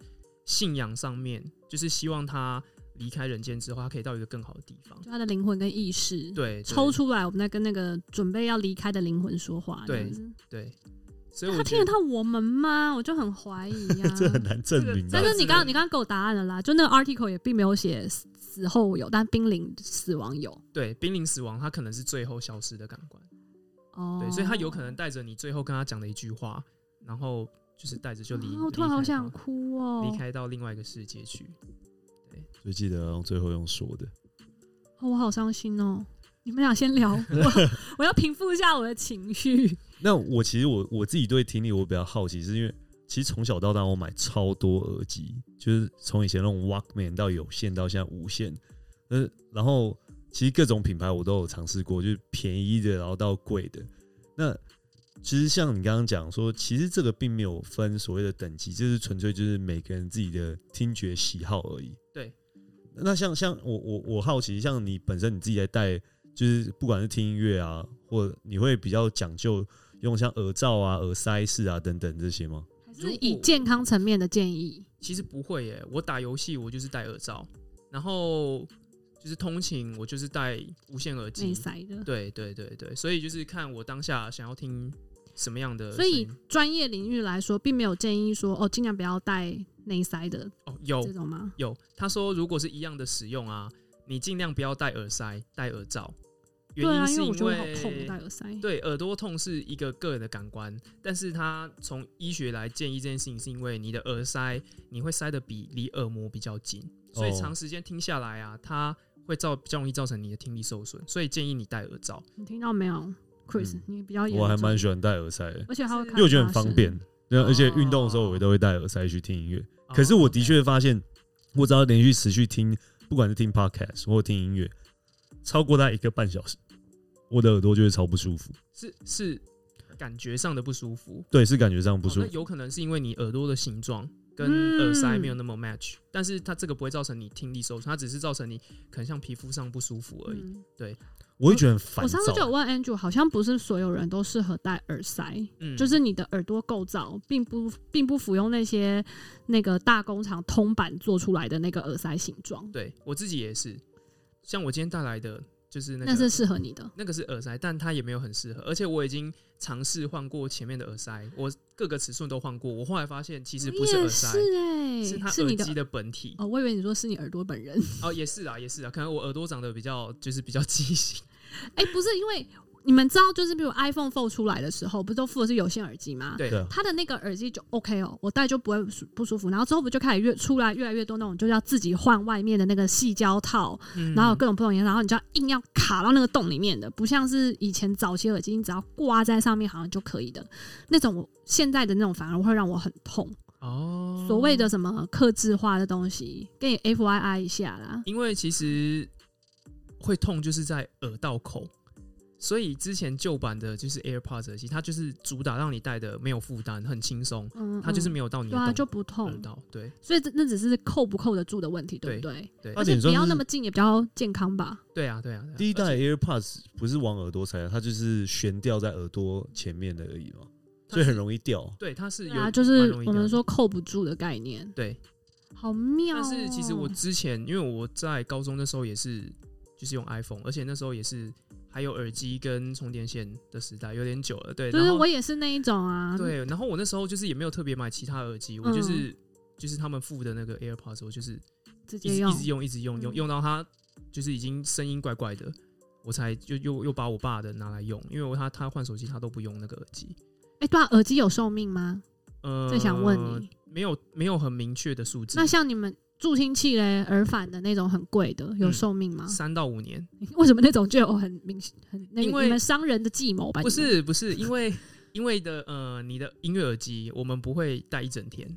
Speaker 3: 信仰上面，就是希望他离开人间之后，他可以到一个更好的地方。
Speaker 1: 就他的灵魂跟意识
Speaker 3: 对，对
Speaker 1: 抽出来，我们在跟那个准备要离开的灵魂说话，
Speaker 3: 对
Speaker 1: 这样子啊
Speaker 3: 对，所以
Speaker 1: 那他
Speaker 3: 我
Speaker 1: 听得
Speaker 3: 觉得
Speaker 1: 到我们吗？我就很怀疑
Speaker 2: 这很
Speaker 1: 啊。
Speaker 2: 难证明
Speaker 1: 但
Speaker 2: 的。
Speaker 1: 是你刚
Speaker 3: 这个
Speaker 1: 你刚刚给我答案了啦，就那个 article 也并没有写死死后有，但濒临死亡有
Speaker 3: 对濒临死亡，他可能是最后消失的感官。
Speaker 1: 哦，
Speaker 3: 对，所以他有可能带着你最后跟他讲的一句话，然后就是带着就离。
Speaker 1: 啊我突然
Speaker 3: 离
Speaker 1: 好
Speaker 3: 开他
Speaker 1: 想哭哦！
Speaker 3: 离开到另外一个世界去。
Speaker 2: 所以记得用最后用说的，
Speaker 1: 哦，我好伤心哦！你们俩先 聊，我我要平复一下我的情绪。
Speaker 2: 那我其实我我自己对听力我比较好奇，是因为其实从小到大我买超多耳机，就是从以前那种 Walkman 到有线到现在无线，呃，然后其实各种品牌我都有尝试过，就是便宜的，然后到贵的。那其实像你刚刚讲说，其实这个并没有分所谓的等级，就是纯粹就是每个人自己的听觉喜好而已。
Speaker 3: 对。
Speaker 2: 那像像我我我好奇，像你本身你自己在带，就是不管是听音乐啊，或你会比较讲究用像耳罩啊、耳塞式啊等等这些吗？
Speaker 1: 还
Speaker 3: 如
Speaker 1: 是
Speaker 3: 果
Speaker 1: 以健康层面的建议？
Speaker 3: 其实不会耶，我打游戏我就是戴耳罩，然后就是通勤我就是戴无线耳
Speaker 1: 内
Speaker 3: 机。
Speaker 1: 塞的。
Speaker 3: 对对对对，所以就是看我当下想要听什么样的
Speaker 1: 所
Speaker 3: 声音。
Speaker 1: 以专业领域来说，并没有建议说哦，尽量不要戴内塞的
Speaker 3: 哦，有
Speaker 1: 这种吗？
Speaker 3: 有，他说如果是一样的使用啊，你尽量不要戴耳塞、戴耳罩。原
Speaker 1: 对啊，
Speaker 3: 是
Speaker 1: 因为我觉得我
Speaker 3: 为
Speaker 1: 好痛，戴耳塞。
Speaker 3: 对，耳朵痛是一个个人的感官，但是它从医学来建议这件事情，是因为你的耳塞你会塞得比离耳膜比较近，所以
Speaker 2: 哦
Speaker 3: 长时间听下来啊，它会造比较容易造成你的听力受损，所以建议你戴耳罩。
Speaker 1: 你听到没有，Chris？
Speaker 2: 嗯
Speaker 1: 你比较严
Speaker 2: 我还
Speaker 1: 重
Speaker 2: 蛮喜欢戴耳塞的，
Speaker 1: 而且还会看，
Speaker 2: 因为我觉得很方便。。对啊，而且
Speaker 3: 哦
Speaker 2: 运动的时候我也都会戴耳塞去听音乐。
Speaker 1: 哦
Speaker 2: 可是我的确发现，我只要连续持续听，不管是听 podcast 或听音乐，超过它一个半小时，我的耳朵就会超不舒服。
Speaker 3: 是是感觉上的不舒服，
Speaker 2: 对，是感觉上不
Speaker 3: 哦
Speaker 2: 舒
Speaker 3: 那
Speaker 2: 服。
Speaker 3: 有可能是因为你耳朵的形状跟
Speaker 1: 嗯
Speaker 3: 耳塞没有那么 match，、但是它这个不会造成你听力受损，它只是造成你可能像皮肤上不舒服而已。
Speaker 1: 嗯
Speaker 2: 我会觉得很烦
Speaker 1: 我上次就有
Speaker 2: 躁。
Speaker 1: 问 Andrew，好像不是所有人都适合戴耳塞，
Speaker 3: 嗯，
Speaker 1: 就是你的耳朵构造并不并不服用那些那个大工厂通版做出来的那个耳塞形状，
Speaker 3: 对我自己也是，像我今天带来的就是那个
Speaker 1: 那是适合你的。
Speaker 3: 那个是耳塞，但它也没有很适合，而且我已经尝试换过前面的耳塞，我各个尺寸都换过，我后来发现其实不是
Speaker 1: 也
Speaker 3: 耳塞。
Speaker 1: 是哎、
Speaker 3: 是它
Speaker 1: 是你
Speaker 3: 耳机
Speaker 1: 的
Speaker 3: 的本体
Speaker 1: 哦，我以为你说是你耳朵本人。
Speaker 3: 哦，也是啊，也是啊，可能我耳朵长得比较就是比较畸形，
Speaker 1: 哎、不是，因为你们知道，就是比如 iPhone Four 出来的时候，不是都附的是有线耳机吗？
Speaker 3: 对
Speaker 2: 对啊
Speaker 1: 它的那个耳机就 OK 哦，我戴就不会舒不舒服。然后之后不就开始越出来越来越多那种，就是要自己换外面的那个细胶套，
Speaker 3: 嗯
Speaker 1: 然后有各种不同颜色，然后你就要硬要卡到那个洞里面的，不像是以前早期耳机，你只要挂在上面好像就可以的那种。我现在的那种反而会让我很痛。
Speaker 3: 哦，
Speaker 1: 所谓的什么克制化的东西，给你 FYI 一下啦。
Speaker 3: 因为其实会痛就是在耳道口，所以之前旧版的就是 AirPods 耳机，它就是主打让你戴的没有负担，很轻松，
Speaker 1: 嗯，
Speaker 3: 它就是
Speaker 1: 嗯
Speaker 3: 没有到你的
Speaker 1: 对啊，
Speaker 3: 动
Speaker 1: 就不
Speaker 3: 耳
Speaker 1: 痛。
Speaker 3: 道，哦对
Speaker 1: 所以这那只是扣不扣得住的问题，对不对？
Speaker 3: 对
Speaker 2: 它
Speaker 1: 而且
Speaker 2: 顶
Speaker 1: 不
Speaker 2: 算
Speaker 1: 要
Speaker 2: 是
Speaker 1: 那么近也比较健康吧。
Speaker 3: 对啊对啊，对啊
Speaker 2: 第一
Speaker 3: 而
Speaker 2: 代
Speaker 3: 且
Speaker 2: AirPods 不是往耳朵塞的，啊它就是悬吊在耳朵前面的而已嘛，所以很容易掉。
Speaker 3: 对它是
Speaker 1: 对
Speaker 3: 有
Speaker 1: 啊，就
Speaker 3: 蛮
Speaker 1: 是
Speaker 3: 容易
Speaker 1: 我
Speaker 3: 掉
Speaker 1: 们
Speaker 3: 的
Speaker 1: 说扣不住的概念，
Speaker 3: 对，
Speaker 1: 好妙、
Speaker 3: 但
Speaker 1: 哦。
Speaker 3: 是其实我之前因为我在高中那时候也是就是用 iPhone，而且那时候也是还有耳机跟充电线的时代，有点久了，对，
Speaker 1: 就
Speaker 3: 然
Speaker 1: 是
Speaker 3: 后
Speaker 1: 我也是那一种啊，，
Speaker 3: 对，然后我那时候就是也没有特别买其他耳机，我就
Speaker 1: 嗯
Speaker 3: 是、就是他们附的那个 AirPods，我就是
Speaker 1: 直
Speaker 3: 一
Speaker 1: 接
Speaker 3: 直
Speaker 1: 用
Speaker 3: 一直用，一直用，用
Speaker 1: 嗯
Speaker 3: 用到它就是已经声音怪怪的，我才就又又把我爸的拿来用，因为我他他换手机他都不用那个耳机。
Speaker 1: 哎、对啊，耳机有寿命吗？
Speaker 3: 呃，
Speaker 1: 这想问你，
Speaker 3: 没有没有很明确的数字
Speaker 1: 那，像你们助听器嘞，耳返的那种很贵的，有
Speaker 3: 嗯
Speaker 1: 寿命吗？
Speaker 3: 三到五年，
Speaker 1: 为什么那种就有很明显很那
Speaker 3: 因
Speaker 1: 个
Speaker 3: 为
Speaker 1: 你们商人的计谋吧？
Speaker 3: 不
Speaker 1: 你们，
Speaker 3: 是不是，因为因为的呃，你的音乐耳机我们不会戴一整天。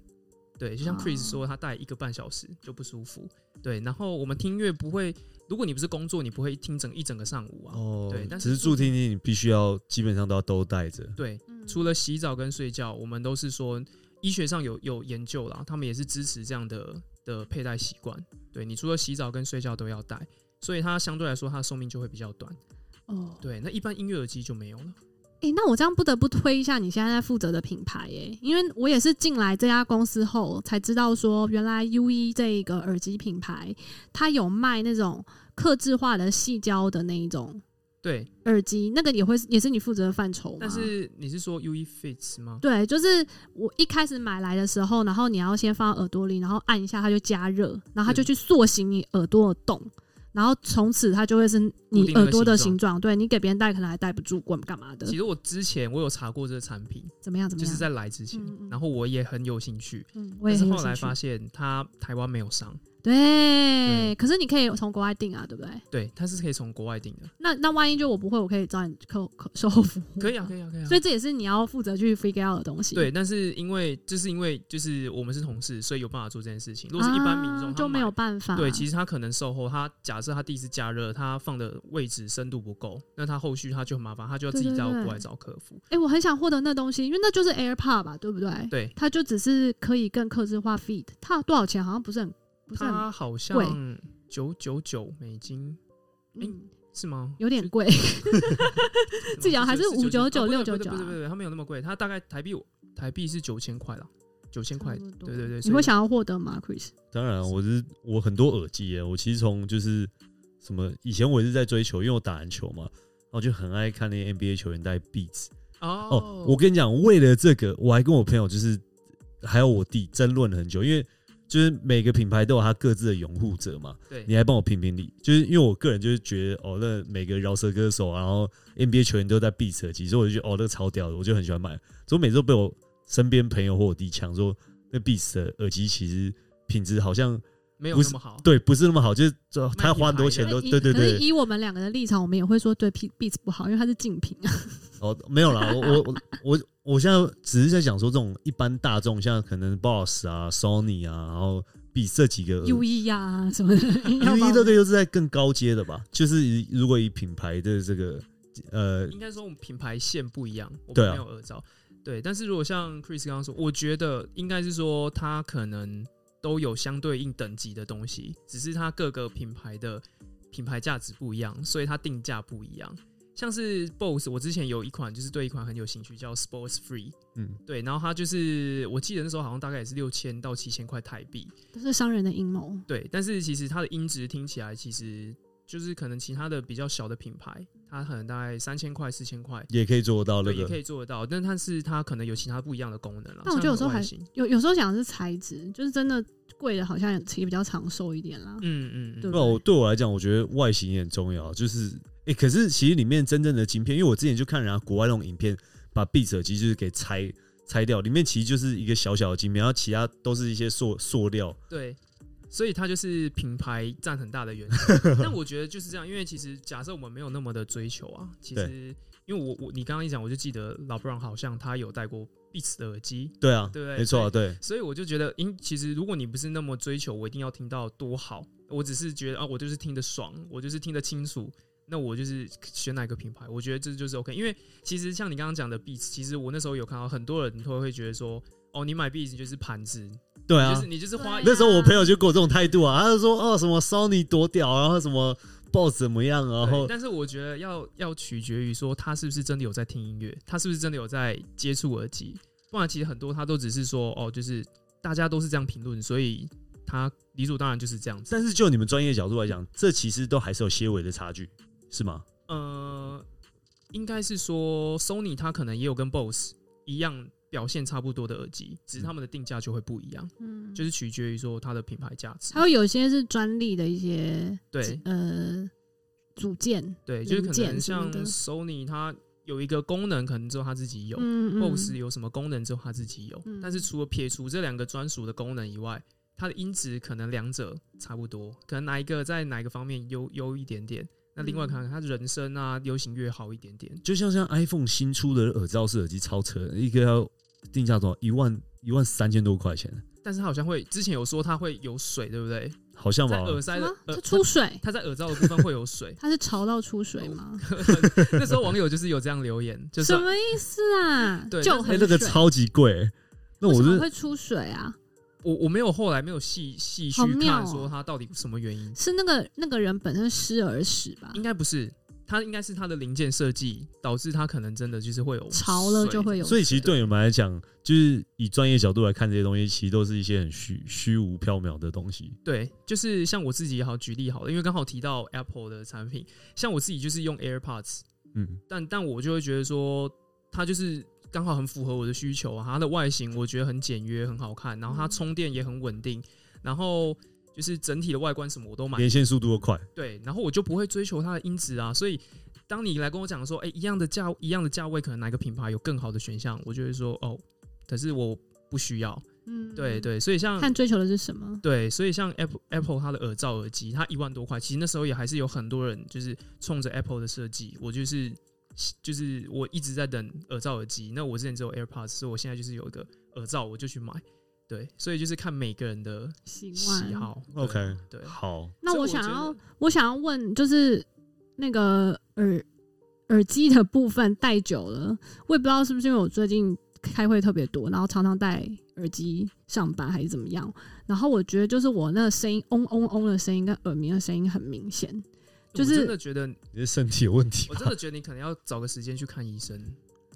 Speaker 3: 对，就像
Speaker 1: 哦
Speaker 3: Chris 说，他戴一个半小时就不舒服。对，然后我们听音乐不会，如果你不是工作，你不会听整一整个上午啊。
Speaker 2: 哦
Speaker 3: 对，但
Speaker 2: 只
Speaker 3: 是
Speaker 2: 是助听器你必须要基本上都要都带着。
Speaker 3: 对，
Speaker 1: 嗯
Speaker 3: 除了洗澡跟睡觉，我们都是说医学上有有研究啦，他们也是支持这样的的佩戴习惯。对你除了洗澡跟睡觉都要戴，所以它相对来说它的寿命就会比较短。
Speaker 1: 哦，
Speaker 3: 对，那一般音乐耳机就没有了。
Speaker 1: 哎、那我这样不得不推一下你现在在负责的品牌耶、因为我也是进来这家公司后才知道说，原来 U E 这一个耳机品牌，它有卖那种刻制化的细胶的那一种
Speaker 3: 对，
Speaker 1: 耳机，那个也会也是你负责的范畴吗？
Speaker 3: 但是你是说 U E Fits 吗？
Speaker 1: 对，就是我一开始买来的时候，然后你要先放到耳朵里，然后按一下它就加热，然
Speaker 3: 嗯
Speaker 1: 后它就去塑形你耳朵的洞，然后从此它就会是
Speaker 3: 固
Speaker 1: 你
Speaker 3: 定那个
Speaker 1: 耳朵的
Speaker 3: 形
Speaker 1: 形状。对你给别人戴可能还戴不住，管干嘛的
Speaker 3: 其？实我之前我有查过这个产品，
Speaker 1: 怎么样？怎么
Speaker 3: 就
Speaker 1: 样？
Speaker 3: 是在来之前，
Speaker 1: 嗯嗯
Speaker 3: 然后我也很有兴趣，
Speaker 1: 嗯，我
Speaker 3: 但
Speaker 1: 也
Speaker 3: 是
Speaker 1: 很有
Speaker 3: 后来
Speaker 1: 兴趣
Speaker 3: 发现它台湾没有上，
Speaker 1: 对，可是你可以从国外订啊，对不对？
Speaker 3: 对，它是可以从国外订的，
Speaker 1: 那那万一就我不会，我可以找你客客售后服务。
Speaker 3: 可以啊，可以啊，可以啊。
Speaker 1: 所以这也是你要负责去 figure out 的东西。
Speaker 3: 对，，但是因为就是因为就是我们是同事，所以有办法做这件事情。如果是一般民众，
Speaker 1: 啊、就没有办法。
Speaker 3: 法对，其实他可能售后，他假设他第一次加热，他放的位置深度不够，那他后续他就很麻烦，他就要自己
Speaker 1: 对对
Speaker 3: 到
Speaker 1: 对
Speaker 3: 国外找客服。
Speaker 1: 哎、我很想获得那东西，因为那就是 AirPod 吧，对不对？
Speaker 3: 对，
Speaker 1: 它就只是可以更克制化 feed，它多少钱啊好像不是很不是很
Speaker 3: 他好像九九九美金，
Speaker 1: 嗯，
Speaker 3: 是吗？
Speaker 1: 有点贵，
Speaker 3: 吗
Speaker 1: 自己好还是
Speaker 3: 999
Speaker 1: 599
Speaker 3: 哦不对不对
Speaker 1: 699啊
Speaker 3: 不对不对，它没有那么贵，它大概台币台币是九千块啦，九千 块
Speaker 1: 差，不多
Speaker 3: 对对对，
Speaker 1: 你
Speaker 3: 所以
Speaker 1: 会想要获得吗，Chris？
Speaker 2: 当然，我是我很多耳机耶，我其实从就是什么以前我也是在追求，因为我打篮球嘛，然后就很爱看那些 NBA 球员戴 Beats。哦
Speaker 3: 哦，，
Speaker 2: 我跟你讲，为了这个，我还跟我朋友就是还有我弟争论了很久，因为就是每个品牌都有他各自的拥护者嘛。
Speaker 3: 对
Speaker 2: 你还帮我评评理，就是因为我个人就是觉得哦，那每个饶舌歌手啊，然后 NBA 球员都在 Beats 耳机，所以我就觉得哦，那个超屌的，我就很喜欢买。所以我每次都被我身边朋友或我弟抢说，那 Beats 的耳机其实品质好像
Speaker 3: 没有
Speaker 2: 不
Speaker 3: 那
Speaker 2: 是
Speaker 3: 么好，
Speaker 2: 对不是那么好，就是这他花很多
Speaker 3: 卖
Speaker 2: 钱
Speaker 3: 品
Speaker 2: 都
Speaker 1: 可是以
Speaker 2: 对对
Speaker 1: 可是
Speaker 2: 对
Speaker 1: 以我们两个的立场，我们也会说对 P- Beats 不好，因为它是竞品啊。
Speaker 2: 哦，没有啦，我我我我我现在只是在想说，这种一般大众，像可能 Boss 啊、Sony 啊，然后 B 这几个
Speaker 1: U E 呀什么的， 要
Speaker 2: 呃 U
Speaker 1: 把
Speaker 2: 一
Speaker 1: 我
Speaker 2: 这个又是在更高阶的吧？就是以如果以品牌的这个呃，
Speaker 3: 应该说我们品牌线不一样，我
Speaker 2: 对啊
Speaker 3: 们没有耳罩。对，但是如果像 Chris 刚刚说，我觉得应该是说它可能都有相对应等级的东西，只是它各个品牌的品牌价值不一样，所以它定价不一样。像是 BOSS，我之前有一款就是对一款很有兴趣，叫 Sports Free，
Speaker 2: 嗯，
Speaker 3: 对，然后它就是我记得那时候好像大概也是六千到七千块台币，
Speaker 1: 都是商人的阴谋。
Speaker 3: 对，但是其实它的音质听起来其实就是可能其他的比较小的品牌，它可能大概三千块四千块，
Speaker 2: 也可以做到那
Speaker 3: 对，也
Speaker 2: 个
Speaker 3: 可以做得到，但但是它可能有其他不一样的功能了。
Speaker 1: 但我觉得有时候还
Speaker 3: 像那个外形
Speaker 1: 有有时候想的是材质，就是真的贵的，好像也比较长寿一点啦。
Speaker 3: 嗯嗯嗯，
Speaker 1: 对
Speaker 2: 那我对我来讲，我觉得外形也很重要。就是，哎、可是其实里面真正的晶片，因为我之前就看人家国外那种影片，把 Beats 耳机就是给拆拆掉，里面其实就是一个小小的晶片，然后其他都是一些塑塑料。
Speaker 3: 对，所以它就是品牌占很大 的原因。但我觉得就是这样，因为其实假设我们没有那么的追求啊，其实因为我我你刚刚一讲，我就记得老布朗好像他有戴过 Beats 的耳机，
Speaker 2: 对啊，
Speaker 3: 对不对
Speaker 2: 没错啊，对，
Speaker 3: 所以我就觉得，因其实如果你不是那么追求，我一定要听到多好，我只是觉得啊，我就是听得爽，我就是听得清楚，那我就是选哪个品牌，我觉得这就是 OK。因为其实像你刚刚讲的 Beats，其实我那时候有看到很多人都会觉得说，哦，你买 Beats 就是盘子，
Speaker 2: 对
Speaker 3: 就
Speaker 2: 啊
Speaker 3: 是。你就是花一
Speaker 1: 对啊
Speaker 2: 那时候我朋友就给我这种态度啊，他就说哦什么 Sony 多屌，然后什么 Boss 怎么样，然
Speaker 3: 对
Speaker 2: 后
Speaker 3: 但是我觉得要要取决于说他是不是真的有在听音乐，他是不是真的有在接触耳机，不然其实很多他都只是说哦，就是大家都是这样评论，所以他理所当然就是这样子。
Speaker 2: 但是就你们专业角度来讲，这其实都还是有些微的差距，是吗？
Speaker 3: 呃，应该是说 Sony 它可能也有跟 BOSS 一样表现差不多的耳机，只是他们的定价就会不一样，
Speaker 1: 嗯，
Speaker 3: 就是取决于说它的品牌价值
Speaker 1: 还。有有些是专利的一些
Speaker 3: 对
Speaker 1: 呃组件，
Speaker 3: 对，就是
Speaker 1: 零
Speaker 3: 可能
Speaker 1: 件什么
Speaker 3: 像
Speaker 1: 的
Speaker 3: Sony 它有一个功能，可能只有它自己有。
Speaker 1: 嗯
Speaker 3: BOSS 有什么功能只有它自己有，
Speaker 1: 嗯
Speaker 3: 但是除了撇除这两个专属的功能以外，它的音质可能两者差不多，可能哪一个在哪一个方面优优一点点，那
Speaker 1: 嗯
Speaker 3: 另外可能它人声啊、流行乐好一点点，
Speaker 2: 就像像 iPhone 新出的耳罩式耳机超扯，一个要定价多少？一万一万三千多块钱，
Speaker 3: 但是它好像会之前有说它会有水，对不对？
Speaker 2: 好像
Speaker 3: 在
Speaker 2: 吧？
Speaker 3: 耳塞
Speaker 1: 什
Speaker 3: 的
Speaker 1: 么？
Speaker 3: 呃
Speaker 1: 它出水，。
Speaker 3: 它在耳罩的部分会有水
Speaker 1: 它是潮到出水吗？
Speaker 3: 那时候网友就是有这样留言，哦就是
Speaker 1: 什么意思啊？
Speaker 3: 对
Speaker 1: 就
Speaker 2: 哎、
Speaker 1: 很
Speaker 2: 那个
Speaker 1: 水
Speaker 2: 超级贵、那
Speaker 1: 为
Speaker 2: 我
Speaker 1: 什么
Speaker 2: 是
Speaker 1: 会出水啊？
Speaker 3: 我我没有后来没有细细去
Speaker 1: 好妙
Speaker 3: 看
Speaker 1: 哦
Speaker 3: 说它到底什么原因，
Speaker 1: 是那个那个人本身失而死吧？
Speaker 3: 应该不是它应该是它的零件设计导致它可能真的就是会有
Speaker 1: 潮了
Speaker 3: 水
Speaker 1: 就会有水，
Speaker 2: 所以其实对你们来讲，就是以专业角度来看这些东西，其实都是一些很虚虚无缥缈的东西。
Speaker 3: 对，就是像我自己也好举例好了，因为刚好提到 Apple 的产品，像我自己就是用 AirPods，
Speaker 2: 嗯，
Speaker 3: 但但我就会觉得说，它就是刚好很符合我的需求啊。它的外形我觉得很简约，很好看，然后它
Speaker 1: 嗯
Speaker 3: 充电也很稳定，然后就是整体的外观什么我都满意。
Speaker 2: 连线速度又快，
Speaker 3: 对，然后我就不会追求它的音质啊。所以当你来跟我讲说，哎、一样的价一样的价位，可能哪个品牌有更好的选项，我就会说哦，可是我不需要。
Speaker 1: 嗯
Speaker 3: 对，对，所以像
Speaker 1: 看追求的是什么？
Speaker 3: 对，所以像 Apple Apple 它的耳罩耳机，它一万多块，其实那时候也还是有很多人就是冲着 Apple 的设计，我就是就是我一直在等耳罩耳机。那我之前只有 AirPods，所以我现在就是有一个耳罩，我就去买。对，所以就是看每个人的
Speaker 1: 喜
Speaker 3: 喜好。对
Speaker 2: OK
Speaker 3: 对，
Speaker 2: 好，
Speaker 1: 那
Speaker 3: 所以
Speaker 1: 我
Speaker 3: 我
Speaker 1: 想
Speaker 3: 觉
Speaker 1: 要
Speaker 3: 得，
Speaker 1: 我想要问，就是那个耳耳机的部分戴久了，我也不知道是不是因为我最近开会特别多，然后常常戴耳机上班还是怎么样。然后我觉得就是我那个声音嗡嗡嗡的声音跟耳鸣的声音很明显。就是
Speaker 3: 我真的觉得，
Speaker 2: 你的身体有问题啊
Speaker 3: 我真的觉得你可能要找个时间去看医生，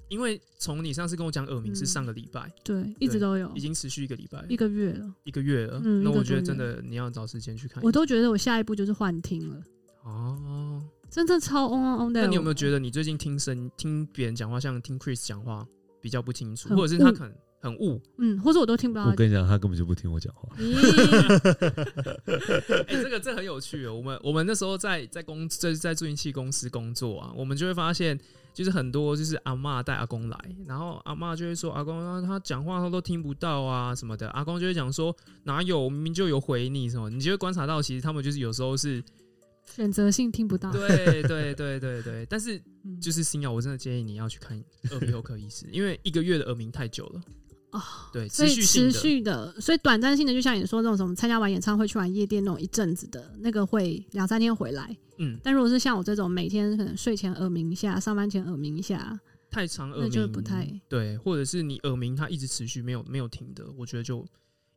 Speaker 3: 因为从你上次跟我讲耳鸣是上个礼拜，
Speaker 1: 对，一直都有
Speaker 3: 已经持续一个礼拜
Speaker 1: 嗯哦一个月了，
Speaker 3: 一个月了，
Speaker 1: 嗯
Speaker 3: 那
Speaker 1: 一个
Speaker 3: 我觉得
Speaker 1: 多
Speaker 3: 真的你要找时间去看医
Speaker 1: 我都觉得我下一步就是幻听了，
Speaker 3: 哦。
Speaker 1: 真的超嗡嗡嗡的。
Speaker 3: 那你有没有觉
Speaker 1: 嗯
Speaker 3: 得你最近听声听别人讲话，像听 Chris 讲话比较不清楚，
Speaker 1: 很
Speaker 3: 或者是他
Speaker 1: 雾
Speaker 3: 可能很雾？
Speaker 1: 嗯，或者我都听不到
Speaker 2: 我
Speaker 1: 他
Speaker 2: 跟你讲，他根本就不听我讲话。
Speaker 1: 咦，
Speaker 3: 哎、这个这很有趣哦。我们我们那时候在在公在在助听器公司工作啊，我们就会发现，就是很多就是阿嬷带阿公来，然后阿嬷就会说阿公啊他讲话他都听不到啊什么的，阿公就会讲说哪有，我明明就有回你什么，你就会观察到，其实他们就是有时候是
Speaker 1: 选择性听不到，
Speaker 3: 对对对对对，但是
Speaker 1: 嗯
Speaker 3: 就是新瑶，我真的建议你要去看耳鼻喉科医师，因为一个月的耳鸣太久了，
Speaker 1: 啊。
Speaker 3: 对，
Speaker 1: 所
Speaker 3: 持
Speaker 1: 以
Speaker 3: 续
Speaker 1: 持
Speaker 3: 性的。
Speaker 1: 续的，所以短暂性的，就像你说那种什么参加完演唱会去完夜店那种一阵子的那个会两三天回来，
Speaker 3: 嗯，
Speaker 1: 但如果是像我这种每天可能睡前耳鸣一下，上班前耳鸣一下，
Speaker 3: 太长耳
Speaker 1: 那
Speaker 3: 鸣
Speaker 1: 就不太
Speaker 3: 对，或者是你耳鸣它一直持续没有没有停的，我觉得就